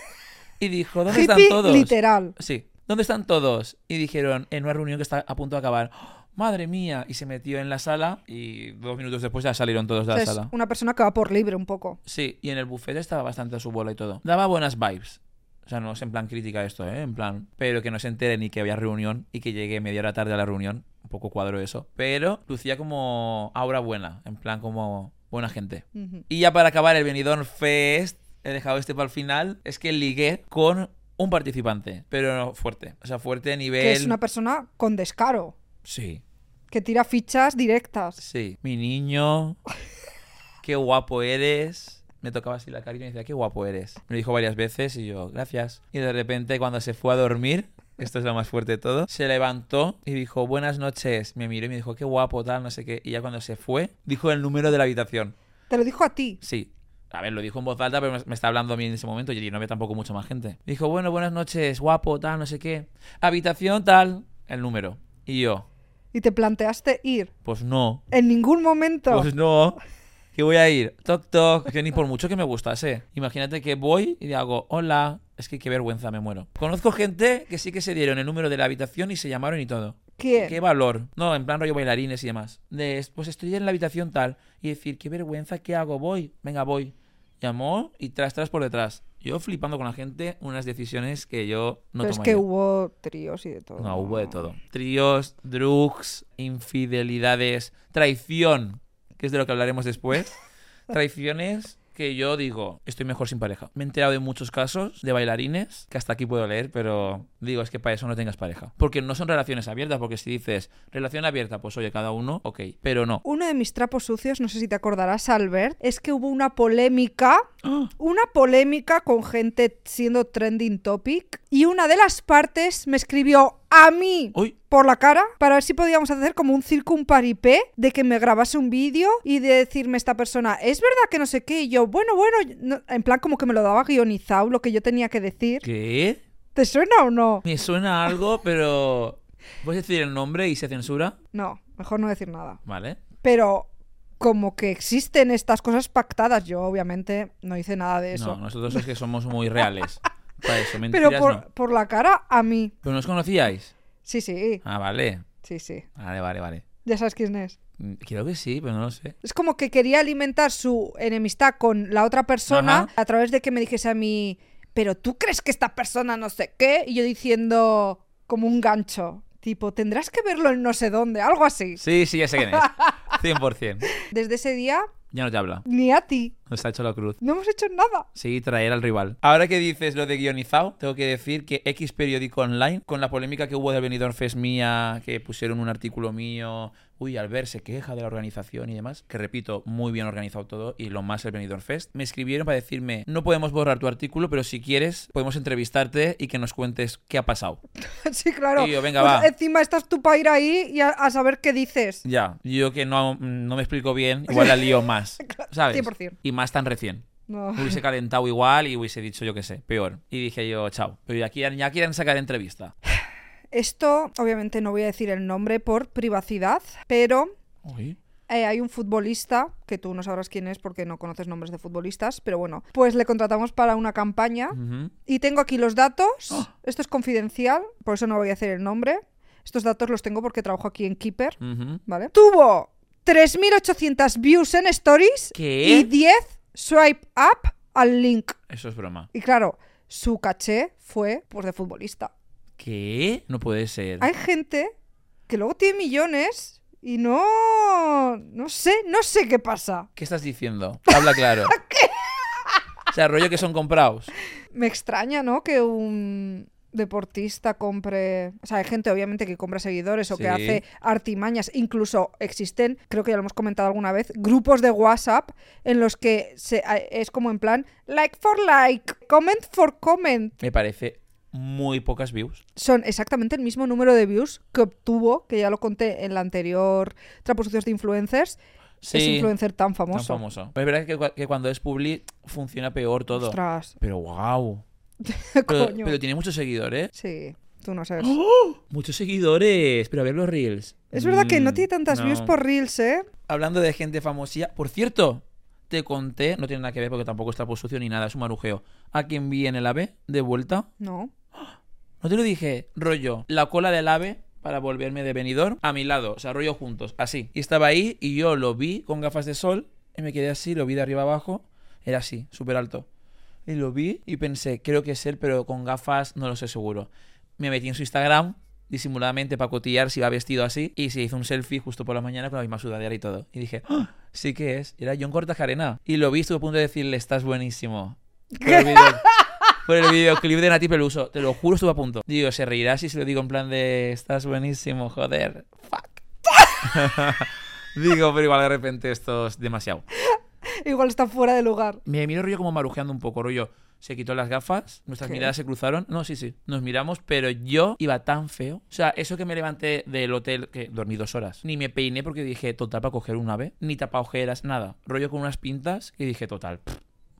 C: Y dijo, ¿dónde
B: Hippie
C: están todos?
B: literal.
C: Sí. ¿Dónde están todos? Y dijeron, en una reunión que está a punto de acabar. ¡Oh, ¡Madre mía! Y se metió en la sala y dos minutos después ya salieron todos de
B: O sea,
C: la
B: es
C: sala.
B: una persona que va por libre un poco.
C: Sí, y en el buffet estaba bastante a su bola y todo. Daba buenas vibes. O sea, no es en plan crítica esto, ¿eh? En plan, pero que no se entere ni que había reunión y que llegue media hora tarde a la reunión. Un poco cuadro eso. Pero lucía como aura buena, en plan como buena gente.
B: Ujú.
C: Y ya para acabar el Benidorm Fest, he dejado este para el final, es que ligué con un participante, pero no fuerte. O sea, fuerte a nivel...
B: Que es una persona con descaro,
C: Sí,
B: que tira fichas directas.
C: sí. Mi niño, qué guapo eres. Me tocaba así la carita y me decía, qué guapo eres. Me lo dijo varias veces y yo, gracias. Y de repente cuando se fue a dormir, esto es lo más fuerte de todo, se levantó y dijo, buenas noches. Me miró y me dijo, qué guapo, tal, no sé qué. Y ya cuando se fue, dijo el número de la habitación.
B: Te lo dijo a ti.
C: Sí. A ver, lo dijo en voz alta, pero me, me está hablando a mí en ese momento y no había tampoco mucha más gente. Dijo, bueno, buenas noches, guapo, tal, no sé qué. Habitación, tal, el número. Y yo,
B: Y te planteaste ir.
C: pues no,
B: En ningún momento.
C: pues no, que voy a ir. Toc, toc. Que ni por mucho que me gustase. Imagínate que voy y le hago, hola, Es que qué vergüenza, me muero. Conozco gente que sí que se dieron el número de la habitación y se llamaron y todo.
B: ¿Quién?
C: Qué valor. No, en plan rollo bailarines y demás. De, pues estoy en la habitación tal. Y decir, qué vergüenza, ¿qué hago? Voy. Venga, voy. Llamó y tras, tras por detrás. Yo flipando con la gente, unas decisiones que yo no
B: Pero es
C: tomaría.
B: que hubo tríos y de todo.
C: No, hubo de todo. Tríos, drugs, infidelidades, traición, que es de lo que hablaremos después. Traiciones que yo digo, estoy mejor sin pareja. Me he enterado de muchos casos de bailarines, que hasta aquí puedo leer, pero digo, es que para eso no tengas pareja. Porque no son relaciones abiertas, porque si dices relación abierta, pues oye, cada uno, ok, pero no.
B: Uno de mis trapos sucios, no sé si te acordarás, Albert, es que hubo una polémica, una polémica con gente siendo trending topic, y una de las partes me escribió a mí
C: Uy,
B: por la cara para ver si podíamos hacer como un circunparipé de que me grabase un vídeo y de decirme esta persona, es verdad que no sé qué, y yo, bueno, bueno, y- no- en plan como que me lo daba guionizado lo que yo tenía que decir.
C: ¿qué?
B: ¿Te suena o no?
C: Me suena a algo, pero... ¿Puedes decir el nombre y se censura?
B: No, mejor no decir nada.
C: Vale.
B: Pero como que existen estas cosas pactadas, yo obviamente no hice nada de eso.
C: No, nosotros es que somos muy reales. Para eso, mentiras
B: Pero por,
C: no.
B: por la cara, a mí.
C: ¿Pero no os conocíais?
B: Sí, sí,
C: Ah, vale.
B: sí, sí.
C: Vale, vale, vale.
B: Ya sabes quién es.
C: Mm, Creo que sí, pero no lo sé.
B: Es como que quería alimentar su enemistad con la otra persona
C: Ajá.
B: a través de que me dijese a mí, pero tú crees que esta persona no sé qué, y yo diciendo como un gancho, tipo, tendrás que verlo en no sé dónde, algo así.
C: Sí, sí, ya sé quién es. 100%.
B: Desde ese día,
C: Ya no te habla.
B: ni a ti,
C: Nos ha hecho la cruz.
B: no hemos hecho nada.
C: Sí, traer al rival. Ahora que dices lo de guionizado, tengo que decir que X periódico online, con la polémica que hubo del Benidorm Fest mía, que pusieron un artículo mío, uy, Albert se queja de la organización y demás, que repito, muy bien organizado todo y lo más el Benidorm Fest, me escribieron para decirme, no podemos borrar tu artículo, pero si quieres, podemos entrevistarte y que nos cuentes qué ha pasado.
B: sí, claro.
C: Tío, venga,
B: Pues
C: va.
B: Encima estás tú para ir ahí y a, a saber qué dices.
C: Ya, yo que no, no me explico bien, igual la lío más, ¿sabes?
B: 100%.
C: Y más tan recién.
B: No.
C: Hubiese calentado igual y hubiese dicho, yo qué sé, peor. Y dije yo, chao. Pero ya quieren, ya quieren sacar entrevista.
B: Esto, obviamente, no voy a decir el nombre por privacidad, pero
C: Uy.
B: Eh, hay un futbolista, que tú no sabrás quién es porque no conoces nombres de futbolistas, pero bueno, pues le contratamos para una campaña
C: Ujú. ¡Ah!
B: y tengo aquí los datos. Esto es confidencial, por eso no voy a hacer el nombre. Estos datos los tengo porque trabajo aquí en Keeper,
C: Ujú.
B: ¿vale? Tuvo 3.800 views en stories
C: ¿Qué?
B: y 10 swipe up al link.
C: Eso es broma.
B: Y claro, su caché fue pues de futbolista.
C: ¿Qué? No puede ser.
B: Hay gente que luego tiene millones y no... No sé, no sé qué pasa.
C: ¿Qué estás diciendo? Habla claro. O sea, rollo que son comprados.
B: Me extraña, ¿no? Que un deportista compre. O sea, hay gente, obviamente, que compra seguidores o
C: Sí.
B: que hace artimañas. Incluso existen, creo que ya lo hemos comentado alguna vez, grupos de WhatsApp en los que se, a- es como en plan like for like, comment for comment.
C: Me parece muy pocas views.
B: Son exactamente el mismo número de views que obtuvo, que ya lo conté en la anterior Traposiciones de Influencers.
C: Sí.
B: Es influencer tan famoso.
C: Tan famoso. Pero es verdad que, cua- que cuando es publi funciona peor todo.
B: Ostras,
C: Pero wow. Pero,
B: coño.
C: pero tiene muchos seguidores.
B: Sí, tú no sabes.
C: Muchos seguidores. Pero a ver los reels.
B: Es verdad que no
C: Mm,
B: tiene tantas views
C: no.
B: por Reels, ¿eh?
C: Hablando de gente famosilla, por cierto, te conté, no tiene nada que ver porque tampoco es trapo sucio ni nada, es un marujeo. A quien vi en el ave de vuelta,
B: No.
C: no te lo dije, rollo, la cola del ave para volverme de venidor a mi lado, o sea, rollo juntos, así. Y estaba ahí y yo lo vi con gafas de sol y me quedé así, lo vi de arriba abajo, era así, súper alto. Y lo vi y pensé, creo que es él, pero con gafas no lo sé seguro. Me metí en su Instagram disimuladamente para cotillar si iba vestido así y se hizo un selfie justo por la mañana con la misma sudadera y todo. Y dije, "Ah, sí que es. Y era John Cortajarena. Y lo vi, estuve a punto de decirle, estás buenísimo. Por el, video- por el videoclip de Nati Peluso. Te lo juro, estuve a punto. Digo, se reirá si se lo digo en plan de, estás buenísimo, joder. Fuck. digo, pero igual de repente esto es demasiado.
B: Igual está fuera de lugar.
C: Me miro rollo como marujeando un poco, rollo. Se quitó las gafas, nuestras
B: ¿Qué?
C: miradas se cruzaron. No, sí, sí, nos miramos, pero yo iba tan feo. O sea, eso que me levanté del hotel, que dormí dos horas, ni me peiné porque dije, total, para coger un ave, ni tapa ojeras, nada. Rollo con unas pintas que dije, total,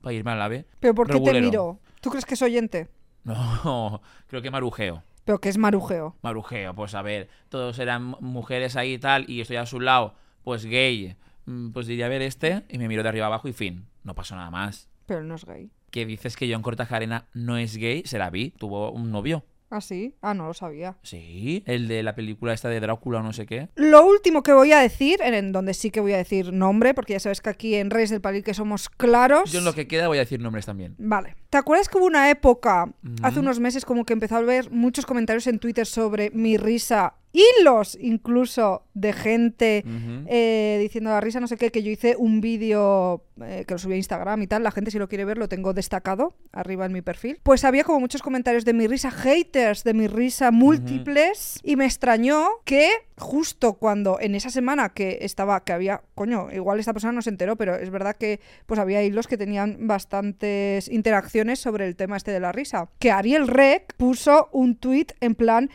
C: para irme al ave.
B: Pero ¿por qué te
C: Regulero.
B: miro? ¿Tú crees que es oyente?
C: No, creo que marujeo.
B: Pero que es marujeo.
C: Marujeo, pues a ver, todos eran mu- mujeres ahí y tal, y estoy a su lado, pues gay, mm, pues diría a ver este, y me miro de arriba abajo y fin, no pasó nada más.
B: Pero no es gay.
C: que dices que John Cortajarena no es gay, se la vi, tuvo un novio.
B: ¿Ah, sí? Ah, no lo sabía.
C: Sí, el de la película esta de Drácula o no sé qué.
B: Lo último que voy a decir, en- en donde sí que voy a decir nombre, porque ya sabes que aquí en Reyes del Palique somos claros.
C: Yo en lo que queda voy a decir nombres también.
B: Vale. ¿Te acuerdas que hubo una época, hace
C: Ujú.
B: unos meses, como que empezó a ver muchos comentarios en Twitter sobre mi risa, hilos incluso de gente
C: Ujú.
B: eh, diciendo la risa, no sé qué, que yo hice un vídeo eh, que lo subí a Instagram y tal, la gente si lo quiere ver lo tengo destacado arriba en mi perfil. Pues había como muchos comentarios de mi risa, haters de mi risa múltiples y me extrañó que justo cuando en esa semana que estaba, que había, coño, igual esta persona no se enteró, pero es verdad que pues había hilos que tenían bastantes interacciones sobre el tema este de la risa, que Ariel Rec puso un tweet en plan...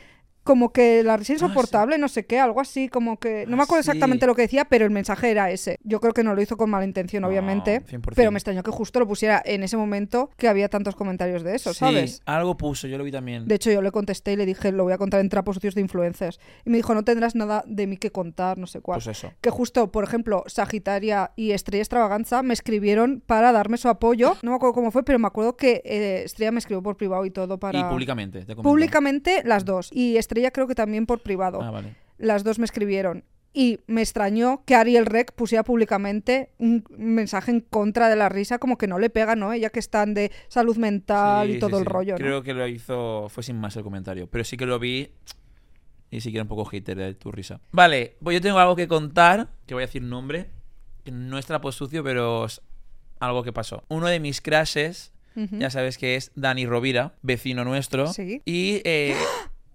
B: Como que la risa insoportable, no sé qué, algo así, como que... No me
C: Ah,
B: acuerdo
C: sí. Ah,
B: exactamente lo que decía, pero el mensaje era ese. Yo creo que no lo hizo con mala intención,
C: No,
B: obviamente.
C: 100%.
B: Pero me extrañó que justo lo pusiera en ese momento que había tantos comentarios de eso,
C: Sí,
B: ¿sabes?
C: algo puso, yo lo vi también.
B: De hecho, yo le contesté y le dije, lo voy a contar en trapos sucios de influencers. Y me dijo, no tendrás nada de mí que contar, no sé cuál.
C: pues eso.
B: que justo, por ejemplo, Sagitaria y Estrella Extravaganza me escribieron para darme su apoyo. No me acuerdo cómo fue, pero me acuerdo que eh, Estrella me escribió por privado y todo para...
C: Y públicamente, te comento.
B: Públicamente las dos. Y Estrella creo que también por privado
C: Ah, vale.
B: las dos me escribieron. Y me extrañó que Ariel Rec pusiera públicamente un mensaje en contra de la risa, como que no le pega, ¿no? Ella que están de salud mental
C: Sí,
B: y
C: sí,
B: todo el
C: sí.
B: rollo, ¿no?
C: Creo que lo hizo, fue sin más el comentario, pero sí que lo vi y sí que era un poco hater de tu risa. Vale, pues yo tengo algo que contar, que voy a decir nombre, que no es trapo sucio, pero es algo que pasó. Uno de mis crashes,
B: Ujú.
C: ya sabes que es Dani Rovira, vecino nuestro,
B: Sí.
C: y eh,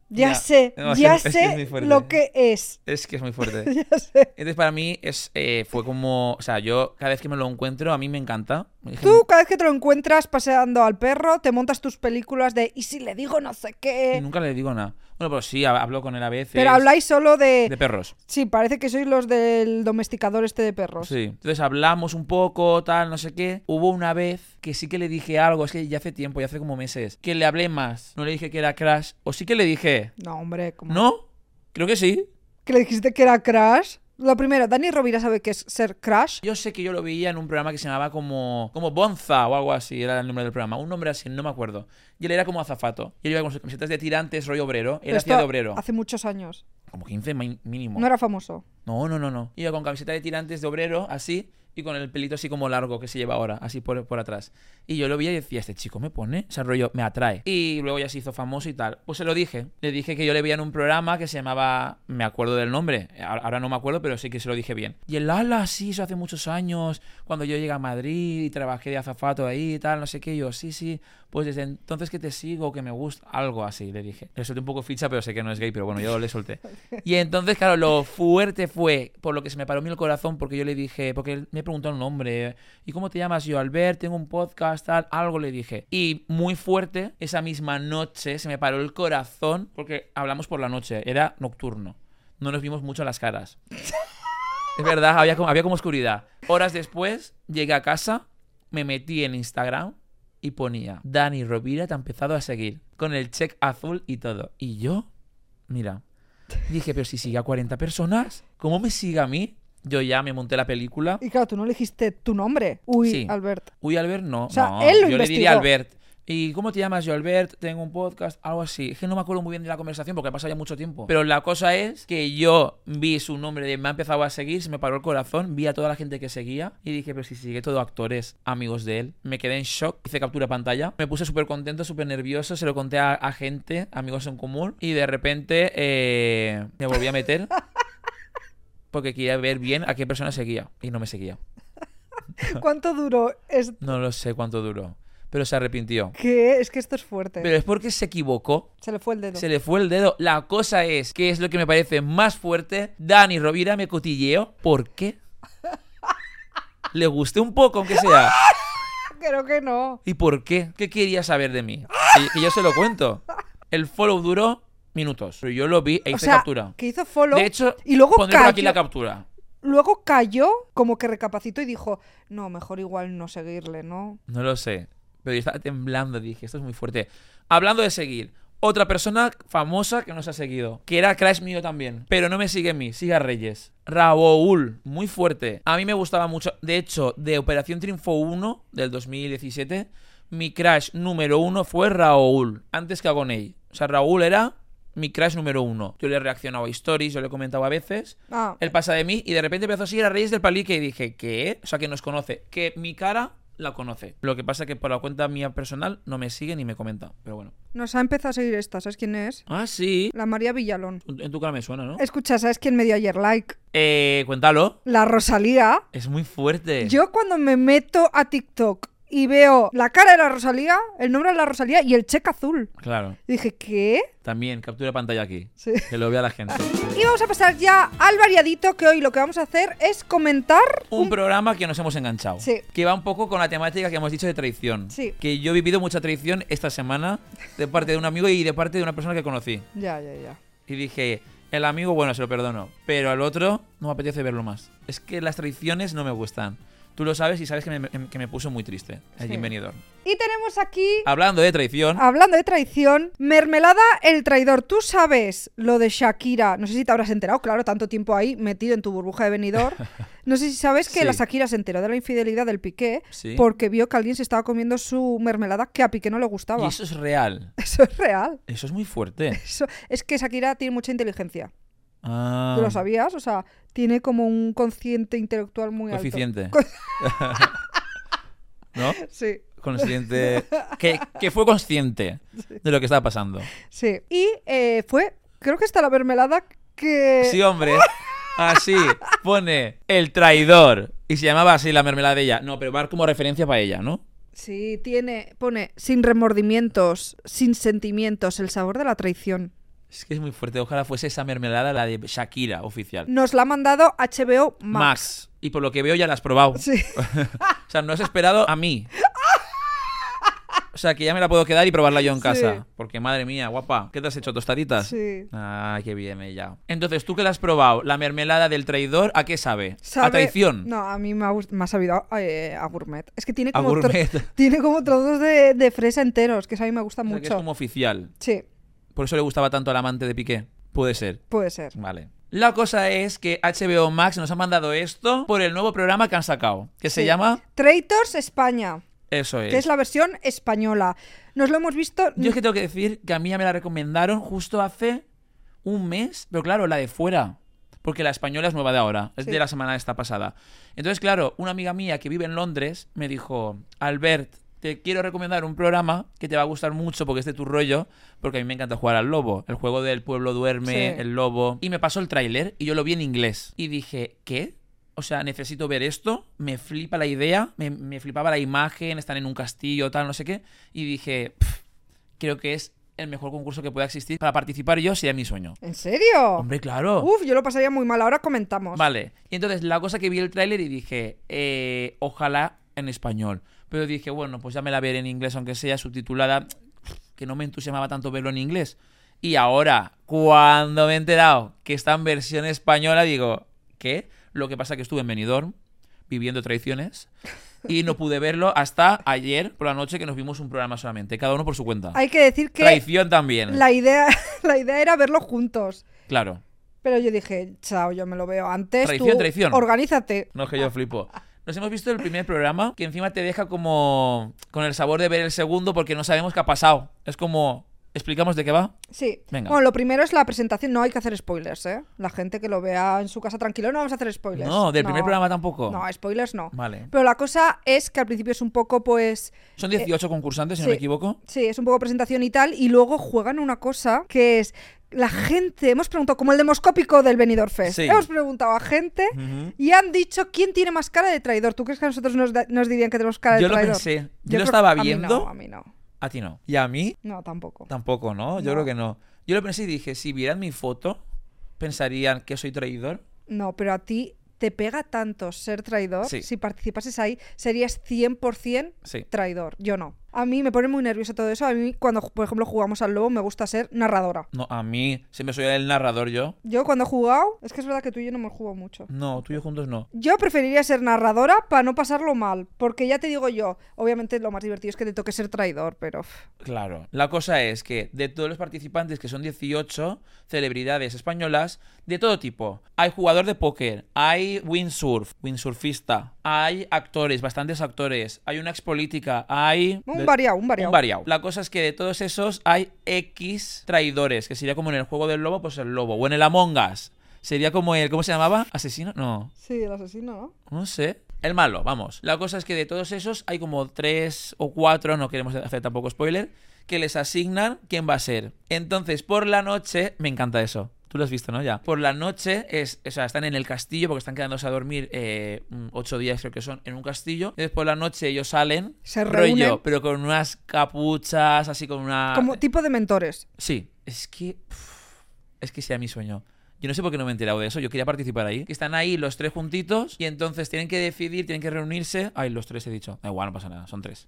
B: Ya,
C: Ya.
B: sé,
C: No, es
B: ya
C: que- es que es
B: sé
C: muy fuerte. Mm.
B: lo que es.
C: es que es muy fuerte.
B: Ya sé.
C: Entonces para mí es, eh, fue como, o sea, yo cada vez que me lo encuentro, a mí me encanta.
B: Tú cada vez que te lo encuentras paseando al perro, te montas tus películas de ¿y si le digo no sé
C: Y
B: qué?
C: nunca le digo nada. Bueno, pero sí, hab- hablo con él a veces.
B: Pero habláis solo de...
C: De perros.
B: Sí, parece que sois los del domesticador este de perros.
C: Sí. Entonces hablamos un poco, tal, no sé qué. Hubo una vez que sí que le dije algo, es que ya hace tiempo, ya hace como meses, que le hablé más. No le dije que era Crash, o sí que le dije,
B: No, hombre, como...
C: ¿no? Creo que sí.
B: ¿Que le dijiste que era Crash? Lo primero, Dani Rovira sabe qué es ser Crash.
C: Yo sé que yo lo veía en un programa que se llamaba como, como Bonza o algo así, era el nombre del programa. Un nombre así, no me acuerdo. Y él era como azafato. Y él iba con sus camisetas de tirantes, rollo obrero. Él
B: Pero
C: hacía
B: esto
C: de obrero.
B: Hace muchos años.
C: Como 15 mi- mínimo.
B: No era famoso.
C: No, no, no, no. Iba con camiseta de tirantes de obrero, así, y con el pelito así como largo que se lleva ahora, así por, por atrás. Y yo lo vi y decía, este chico me pone, ese rollo me atrae. Y luego ya se hizo famoso y tal. Pues se lo dije. Le dije que yo le veía en un programa que se llamaba, me acuerdo del nombre, ahora ahora no me acuerdo, pero sí que se lo dije bien. Y el ala, sí, eso hace muchos años, cuando yo llegué a Madrid y trabajé de azafato ahí y tal, no sé qué. Y yo, sí, sí, pues desde entonces que te sigo, que me gusta, algo así, le dije. Le solté un poco ficha, pero sé que no es gay, pero bueno, yo le solté. Y entonces, claro, lo fuerte fue por lo que se me paró a mí el corazón, porque yo le dije, porque él me preguntó el nombre, ¿y cómo te llamas? Y Yo, Albert, tengo un podcast, tal, algo le dije. Y muy fuerte, esa misma noche se me paró el corazón, porque hablamos por la noche, era nocturno. No nos vimos mucho las caras. Es verdad, había como, había como oscuridad. Horas después, llegué a casa, me metí en Instagram y ponía, Dani Rovira te ha empezado a seguir, con el check azul y todo. Y yo, mira, dije, pero si sigue a 40 personas, ¿cómo me sigue a mí? Yo ya me monté la película.
B: Y claro, tú no le dijiste tu nombre. Uy,
C: Sí.
B: Albert.
C: Uy, Albert, no.
B: O sea,
C: no.
B: él lo
C: Yo le diría
B: investigó.
C: Albert. ¿Y cómo te llamas yo, Albert? Tengo un podcast, algo así. Es que no me acuerdo muy bien de la conversación porque ha pasado ya mucho tiempo. Pero la cosa es que yo vi su nombre, de- me ha empezado a seguir, se me paró el corazón, vi a toda la gente que seguía y dije, pero si sigue todo actores, amigos de él. Me quedé en shock, hice captura de pantalla. Me puse súper contento, súper nervioso, se lo conté a, a gente, amigos en común. Y de repente eh, me volví a meter porque quería ver bien a qué persona seguía. Y no me seguía.
B: ¿Cuánto duró? Es
C: No lo sé cuánto duró, pero se arrepintió.
B: que es que esto es fuerte.
C: Pero es porque se equivocó.
B: Se le fue el dedo.
C: Se le fue el dedo. La cosa es, que es lo que me parece más fuerte, Dani Rovira me cotilleó. ¿Por qué? Le gusté un poco, aunque sea.
B: Ah, Creo que no.
C: ¿Y por qué? ¿Qué quería saber de mí? Que, que yo se lo cuento. El follow duró minutos. Pero yo lo vi e
B: O
C: hice
B: sea,
C: captura.
B: que hizo follow
C: De hecho,
B: y luego
C: pondré por aquí
B: cayó.
C: la captura.
B: luego cayó, como que recapacitó y dijo, no, mejor igual no seguirle, ¿no?
C: No lo sé. Pero yo estaba temblando, dije, esto es muy fuerte. Hablando de seguir, otra persona famosa que nos ha seguido, que era Crash mío también, pero no me sigue a mí, sigue a Reyes. Raúl, muy fuerte. A mí me gustaba mucho. De hecho, de Operación Triunfo 1 del 2017, mi crush número uno fue Raúl, antes que Agoney. O sea, Raúl era mi crush número uno. Yo le reaccionaba a stories, yo le comentaba a veces.
B: Ah,
C: Él pasa de mí y de repente empezó a seguir a Reyes del Palique y dije, ¿qué? O sea, que nos conoce. Que mi cara la conoce. Lo que pasa que por la cuenta mía personal no me sigue ni me comenta. Pero bueno.
B: nos ha empezado a seguir esta, ¿sabes quién es?
C: Ah, sí.
B: La María Villalón.
C: En tu cara me suena, ¿no?
B: Escucha, ¿sabes quién me dio ayer like?
C: Eh, cuéntalo.
B: La Rosalía.
C: Es muy fuerte.
B: Yo cuando me meto a TikTok y veo la cara de la Rosalía, el nombre de la Rosalía y el cheque azul.
C: Claro.
B: Y dije, ¿qué?
C: También, captura pantalla aquí.
B: Sí.
C: Que lo vea la gente.
B: Y vamos a pasar ya al variadito, que hoy lo que vamos a hacer es comentar
C: Un programa que nos hemos enganchado.
B: Sí.
C: Que va un poco con la temática que hemos dicho de traición.
B: Sí.
C: Que yo he vivido mucha traición esta semana de parte de un amigo y de parte de una persona que conocí.
B: Ya, ya, ya.
C: Y dije, el amigo, bueno, se lo perdono. Pero al otro no me apetece verlo más. Es que las traiciones no me gustan. Tú lo sabes y sabes que me, em, que me puso muy triste. El
B: Sí. Ah,
C: bienvenidor.
B: Y tenemos aquí,
C: Hablando de traición.
B: hablando de traición, Mermelada el traidor. Tú sabes lo de Shakira. No sé si te habrás enterado, claro, tanto tiempo ahí metido en tu burbuja de venidor. No sé si sabes que
C: Sí.
B: la Shakira se enteró de la infidelidad del Piqué
C: Sí.
B: porque vio que alguien se estaba comiendo su mermelada que a Piqué no le
C: Y
B: gustaba.
C: eso es real.
B: Eso es real.
C: Eso es muy fuerte.
B: Eso- es que Shakira tiene mucha inteligencia.
C: Ah.
B: ¿Tú lo sabías? O sea, tiene como un consciente intelectual muy
C: Coeficiente.
B: alto.
C: ¿No?
B: Co- Sí,
C: Consciente. Que, que fue consciente de lo que estaba pasando.
B: sí. Y eh, fue, creo que está la mermelada que...
C: Sí, hombre. Así pone el traidor. Y se llamaba así la mermelada de ella. No, pero va como referencia para ella, ¿no?
B: Sí, tiene, pone, sin remordimientos, sin sentimientos, el sabor de la traición.
C: Es que es muy fuerte. Ojalá fuese esa mermelada la de Shakira oficial.
B: Nos la ha mandado HBO Max.
C: Max. Y por lo que veo ya la has probado.
B: Sí.
C: O sea, no has esperado a mí. O sea, que ya me la puedo quedar y probarla yo en
B: Sí.
C: casa. Porque madre mía, guapa. ¿Qué te has hecho? ¿Tostaditas?
B: Sí.
C: Ay, qué bien ella. Entonces, ¿tú que la has probado? ¿La mermelada del traidor a qué sabe?
B: Sabe-
C: ¿A traición?
B: No, a mí me ha, gust- me ha sabido eh, a gourmet. Es que tiene
C: ¿A
B: como, tro-
C: gourmet?
B: tiene como trozos de, de fresa enteros, que eso a mí me gusta
C: O sea, que es
B: mucho.
C: como oficial.
B: Sí,
C: Por eso le gustaba tanto al amante de Piqué. Puede ser.
B: puede ser.
C: Vale. La cosa es que HBO Max nos ha mandado esto por el nuevo programa que han sacado, que se
B: Sí.
C: llama
B: Traitors España,
C: Eso es.
B: que es la versión española. Nos lo hemos visto.
C: Yo es que tengo que decir que a mí ya me la recomendaron justo hace un mes, pero claro, la de fuera. Porque la española es nueva de ahora, es
B: Sí.
C: de la semana esta pasada. Entonces, claro, una amiga mía que vive en Londres me dijo, Albert, te quiero recomendar un programa que te va a gustar mucho porque es de tu rollo, porque a mí me encanta jugar al lobo. El juego del pueblo duerme,
B: Sí.
C: el lobo. Y me pasó el tráiler y yo lo vi en inglés. Y dije, ¿qué? O sea, necesito ver esto, me flipa la idea, me, me flipaba la imagen, están en un castillo, tal, no sé qué. Y dije, "Pff, creo que es el mejor concurso que pueda existir. Para participar yo sería mi sueño.
B: ¿En serio?
C: Hombre, claro.
B: Oh. Uf, yo lo pasaría muy mal. Ahora comentamos.
C: Vale. Y entonces la cosa que vi el tráiler y dije, eh, ojalá en español. Pero dije, bueno, pues ya me la veré en inglés, aunque sea subtitulada, que no me entusiasmaba tanto verlo en inglés. Y ahora, cuando me he enterado que está en versión española, digo, ¿qué? Lo que pasa que estuve en Benidorm viviendo traiciones y no pude verlo hasta ayer por la noche que nos vimos un programa solamente, cada uno por su cuenta.
B: Hay que decir que
C: Traición también.
B: la idea, la idea era verlo juntos.
C: Claro.
B: Pero yo dije, chao, yo me lo veo antes.
C: Traición,
B: tú
C: traición.
B: Organízate.
C: No, es que yo flipo. Nos hemos visto el primer programa que encima te deja como con el sabor de ver el segundo porque no sabemos qué ha pasado. Es como, explicamos de qué va.
B: Sí.
C: Venga.
B: Bueno, lo primero es la presentación. No hay que hacer spoilers, ¿eh? La gente que lo vea en su casa tranquilo, no vamos a hacer spoilers.
C: No, del primer programa tampoco.
B: Pues, No, spoilers no.
C: Vale.
B: Pero la cosa es que al principio es un poco, pues,
C: Son 18 concursantes, si
B: sí.
C: no me equivoco.
B: Sí, es un poco presentación y tal. Y luego juegan una cosa que es la gente. Hemos preguntado, como el demoscópico del Benidorm Fest.
C: Sí.
B: Hemos preguntado a gente y han dicho quién tiene más cara de traidor. ¿Tú crees que a nosotros nos, da- nos dirían que tenemos cara de
C: Yo lo
B: traidor?
C: pensé. Yo lo
B: creo-
C: estaba
B: a mí
C: viendo.
B: no, a mí no.
C: A ti no. Y a mí
B: No, tampoco.
C: tampoco, ¿no? Yo
B: No.
C: creo que no. Yo lo pensé y dije, si vieran mi foto, pensarían que soy traidor.
B: No, pero a ti te pega tanto ser traidor.
C: Sí.
B: Si participases ahí, serías 100%
C: Sí.
B: traidor. Yo no. A mí me pone muy nervioso todo eso. A mí, cuando, por ejemplo, jugamos al lobo, me gusta ser narradora.
C: No, a mí siempre soy el narrador yo.
B: Yo cuando he jugado, es que es verdad que tú y yo no hemos jugado mucho.
C: No, tú y yo juntos no.
B: Yo preferiría ser narradora para no pasarlo mal, porque ya te digo yo, obviamente lo más divertido es que te toque ser traidor, pero uf,
C: Claro. La cosa es que de todos los participantes, que son 18 celebridades españolas, de todo tipo. Hay jugador de póker, hay windsurf, windsurfista, hay actores, bastantes actores, hay una expolítica, hay...
B: Un
C: de-
B: variado, un variado.
C: un variado. La cosa es que de todos esos hay X traidores, que sería como en el juego del lobo, pues el lobo. O en el Among Us. Sería como el... ¿Cómo se llamaba? ¿Asesino? No.
B: Sí, el asesino, ¿no?
C: No sé. El malo, vamos. La cosa es que de todos esos hay como tres o cuatro, no queremos hacer tampoco spoiler, que les asignan quién va a ser. Entonces, por la noche, me encanta eso. Tú lo has visto, ¿no? Ya. Por la noche, es, o sea, están en el castillo porque están quedándose a dormir eh, mm, ocho días, creo que son, en un castillo. Entonces, por la noche ellos salen.
B: Se
C: rollo,
B: reúnen.
C: pero con unas capuchas, así con una.
B: Como tipo de mentores.
C: Sí, es que. uf, es que sea mi sueño. Yo no sé por qué no me he enterado de eso. Yo quería participar ahí. Que están ahí los tres juntitos y entonces tienen que decidir, tienen que reunirse. Ay, los tres he dicho. Da igual, no pasa nada, son tres.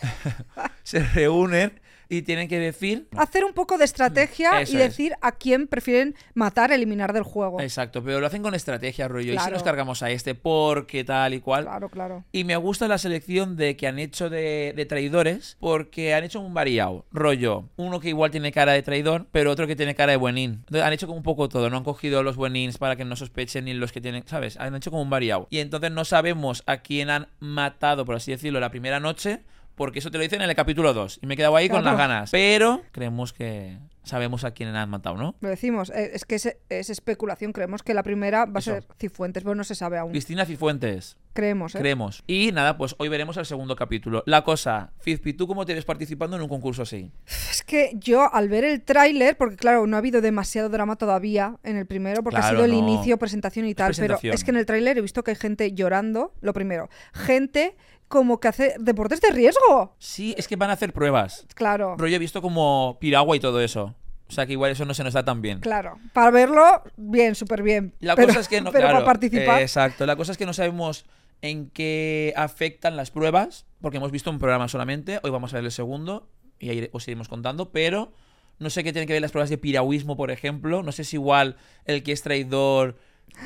C: Se reúnen y tienen que decir.
B: Hacer un poco de estrategia
C: Ah. Eso
B: y
C: es.
B: decir a quién prefieren matar, eliminar del juego.
C: Exacto, pero lo hacen con estrategia, rollo. Y si
B: Claro.
C: nos cargamos a este, porque tal y cual.
B: Claro, claro.
C: Y me gusta la selección de que han hecho de, de traidores porque han hecho un variado rollo. Uno que igual tiene cara de traidor, pero otro que tiene cara de buenín. Entonces, han hecho como un poco todo. No han cogido los buenins para que no sospechen ni los que tienen, ¿sabes? Han hecho como un variado. Y entonces no sabemos a quién han matado, por así decirlo, la primera noche. Porque eso te lo dicen en el capítulo 2. Y me he quedado ahí con las
B: Claro.
C: ganas. Pero creemos que sabemos a quién han matado, ¿no?
B: Lo decimos, eh, es que es, es especulación. Creemos que la primera va a
C: Eso.
B: ser Cifuentes, pero no se sabe aún.
C: Cristina Cifuentes.
B: Creemos, ¿eh?
C: Creemos. Y nada, pues hoy veremos el segundo capítulo. La cosa, Fizpi, ¿tú cómo te ves participando en un concurso así?
B: Es que yo al ver el tráiler, porque claro, no ha habido demasiado drama todavía en el primero, porque ha
C: Claro,
B: sido el
C: no.
B: inicio, presentación y tal,
C: presentación.
B: pero es que en el tráiler he visto que hay gente llorando, lo primero, gente como que hace deportes de riesgo.
C: Sí, es que van a hacer pruebas.
B: Claro,
C: Rollo he visto como piragua y todo eso. O sea que igual eso no se nos da tan bien.
B: claro. Para verlo, bien, súper bien.
C: La
B: pero,
C: cosa es que no,
B: pero
C: claro,
B: para participar,
C: eh, exacto. La cosa es que no sabemos en qué afectan las pruebas, porque hemos visto un programa solamente. Hoy vamos a ver el segundo y ahí os iremos contando, pero no sé qué tienen que ver las pruebas de piragüismo, por ejemplo. No sé si igual el que es traidor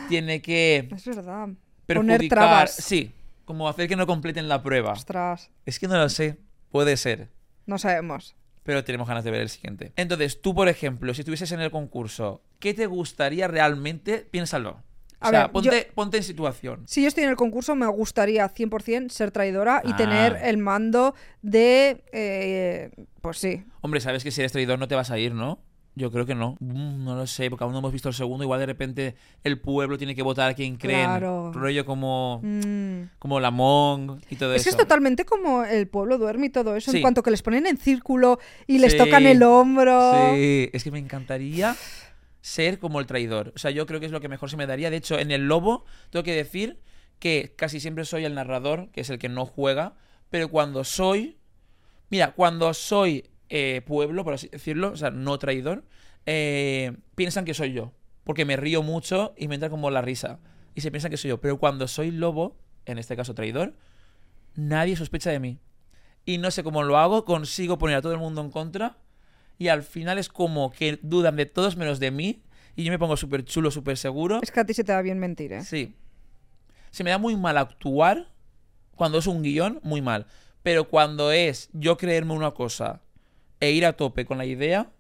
C: tiene que
B: es verdad. Poner
C: perjudicar.
B: trabas.
C: Sí, como hacer que no completen la prueba.
B: Ostras,
C: Es que no lo sé. Puede ser.
B: no sabemos.
C: pero tenemos ganas de ver el siguiente. Entonces, tú, por ejemplo, si estuvieses en el concurso, ¿qué te gustaría realmente? Piénsalo.
B: A
C: o sea,
B: ver,
C: ponte, ponte en situación.
B: Si yo estoy en el concurso, me gustaría 100% ser traidora y
C: Ah.
B: tener el mando de... eh, pues sí,
C: Hombre, sabes que si eres traidor no te vas a ir, ¿no? Yo creo que no. Mm, no lo sé, porque aún no hemos visto el segundo. Igual de repente el pueblo tiene que votar a quien creen.
B: Claro.
C: Rollo como,
B: Mm.
C: como Lamont y todo
B: Es que es
C: eso.
B: totalmente como el pueblo duerme y todo eso,
C: Sí.
B: en cuanto que les ponen en círculo y les
C: Sí.
B: tocan el hombro.
C: Sí, es que me encantaría ser como el traidor. O sea, yo creo que es lo que mejor se me daría. De hecho, en el lobo tengo que decir que casi siempre soy el narrador, que es el que no juega, pero cuando soy... Mira, cuando soy eh, pueblo, por así decirlo, o sea, no traidor, eh, piensan que soy yo, porque me río mucho y me entra como la risa, y se piensan que soy yo. Pero cuando soy lobo, en este caso traidor, nadie sospecha de mí. Y no sé cómo lo hago, consigo poner a todo el mundo en contra. Y al final es como que dudan de todos menos de mí. Y yo me pongo súper chulo, súper seguro.
B: Es que a ti se te da bien mentir, ¿eh?
C: Sí. Se me da muy mal actuar cuando es un guión, muy mal. Pero cuando es yo creerme una cosa e ir a tope con la idea,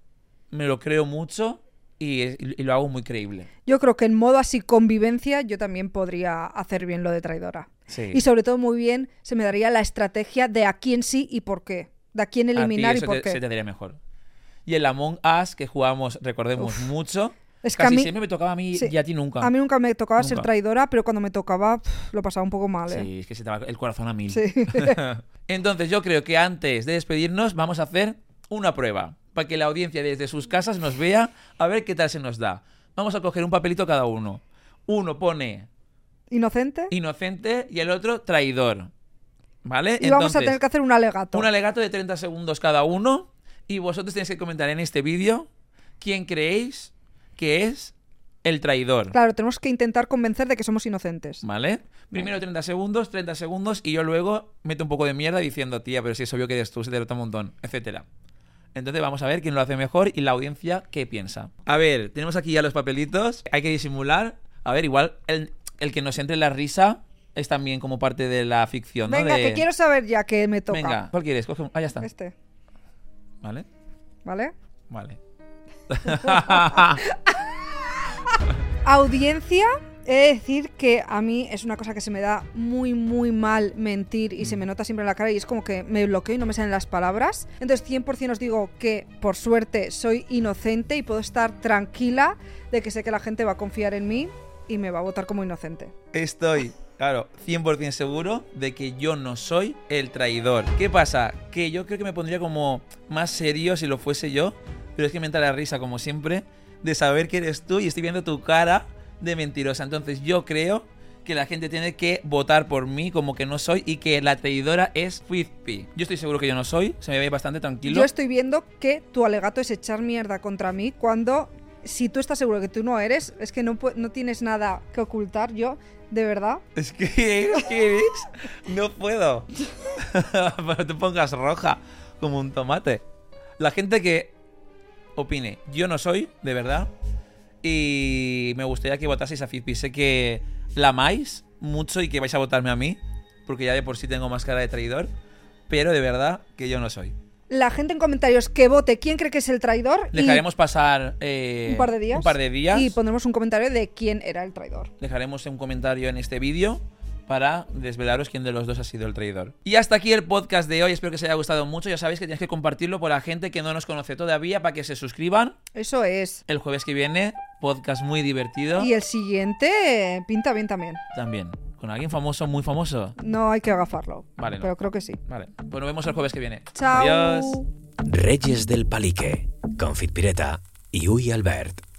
C: me lo creo mucho y, y lo hago muy creíble.
B: Yo creo que en modo así convivencia yo también podría hacer bien lo de traidora.
C: Sí.
B: Y sobre todo muy bien se me daría la estrategia de a quién sí y por qué. De a quién
C: A ti
B: eliminar y
C: eso
B: por
C: te-
B: qué.
C: se te daría mejor. Y el Among Us, que jugamos, recordemos, mucho.
B: Es que a
C: casi
B: mí-
C: siempre me tocaba a mí
B: sí.
C: y a ti nunca.
B: A mí nunca me tocaba ser
C: Nunca.
B: traidora, pero cuando me tocaba pf, lo pasaba un poco mal, ¿eh?
C: Sí, es que se te va el corazón a mil.
B: Sí.
C: Entonces yo creo que antes de despedirnos vamos a hacer una prueba para que la audiencia desde sus casas nos vea a ver qué tal se nos da. Vamos a coger un papelito cada uno. Uno pone
B: ¿Inocente? Y,
C: inocente y el otro traidor. ¿Vale?
B: vamos a tener que hacer un alegato.
C: un alegato de 30 segundos cada uno y vosotros tenéis que comentar en este vídeo quién creéis que es el traidor.
B: Claro, tenemos que intentar convencer de que somos inocentes.
C: ¿Vale? Primero 30 segundos, 30 segundos y yo luego meto un poco de mierda diciendo, tía, pero si es obvio que eres tú, se te nota un montón, etcétera. Entonces vamos a ver quién lo hace mejor y la audiencia qué piensa. A ver, tenemos aquí ya los papelitos, hay que disimular. A ver, igual el, el que nos entre la risa es también como parte de la ficción, ¿no?
B: Venga,
C: De-
B: que quiero saber ya que me toca.
C: Venga, ¿cuál quieres? Coge un- Ah, ya está.
B: Este,
C: ¿Vale?
B: ¿vale?
C: Vale.
B: Audiencia, He de decir que a mí es una cosa que se me da muy, muy mal mentir y
C: Mm.
B: se me nota siempre en la cara y es como que me bloqueo y no me salen las palabras. Entonces 100% os digo que por suerte soy inocente y puedo estar tranquila de que sé que la gente va a confiar en mí y me va a votar como inocente.
C: Estoy, claro, 100% seguro de que yo no soy el traidor. ¿Qué pasa? Que yo creo que me pondría como más serio si lo fuese yo, pero es que me entra la risa, como siempre, de saber que eres tú y estoy viendo tu cara de mentirosa. Entonces yo creo que la gente tiene que votar por mí como que no soy y que la traidora es Fizpi. Yo estoy seguro que yo no soy, se me ve bastante tranquilo.
B: Yo estoy viendo que tu alegato es echar mierda contra mí cuando si tú estás seguro que tú no eres, es que no, pu- no tienes nada que ocultar yo, de verdad.
C: Es que, ¿qué eres? No puedo. Pero te pongas roja como un tomate. La gente que opine, yo no soy, de verdad. Y me gustaría que votaseis a Fizpi. Sé que la amáis mucho y que vais a votarme a mí, porque ya de por sí tengo más cara de traidor. Pero de verdad que yo no soy.
B: La gente en comentarios que vote quién cree que es el traidor y
C: Dejaremos pasar eh,
B: un par de días.
C: Un par de días.
B: Y pondremos un comentario de quién era el traidor.
C: dejaremos un comentario en este vídeo para desvelaros quién de los dos ha sido el traidor. Y hasta aquí el podcast de hoy, espero que os haya gustado mucho, ya sabéis que tenéis que compartirlo por la gente que no nos conoce todavía para que se suscriban.
B: Eso es.
C: El jueves que viene, podcast muy divertido
B: Y el siguiente eh, pinta bien también.
C: también, con alguien famoso, muy famoso.
B: No hay que agafarlo.
C: Vale, no.
B: Pero creo que sí.
C: Vale, pues nos vemos el jueves que viene.
B: Chao.
C: Adiós.
A: Reyes del Palique, Confit Pireta y Uy Albert.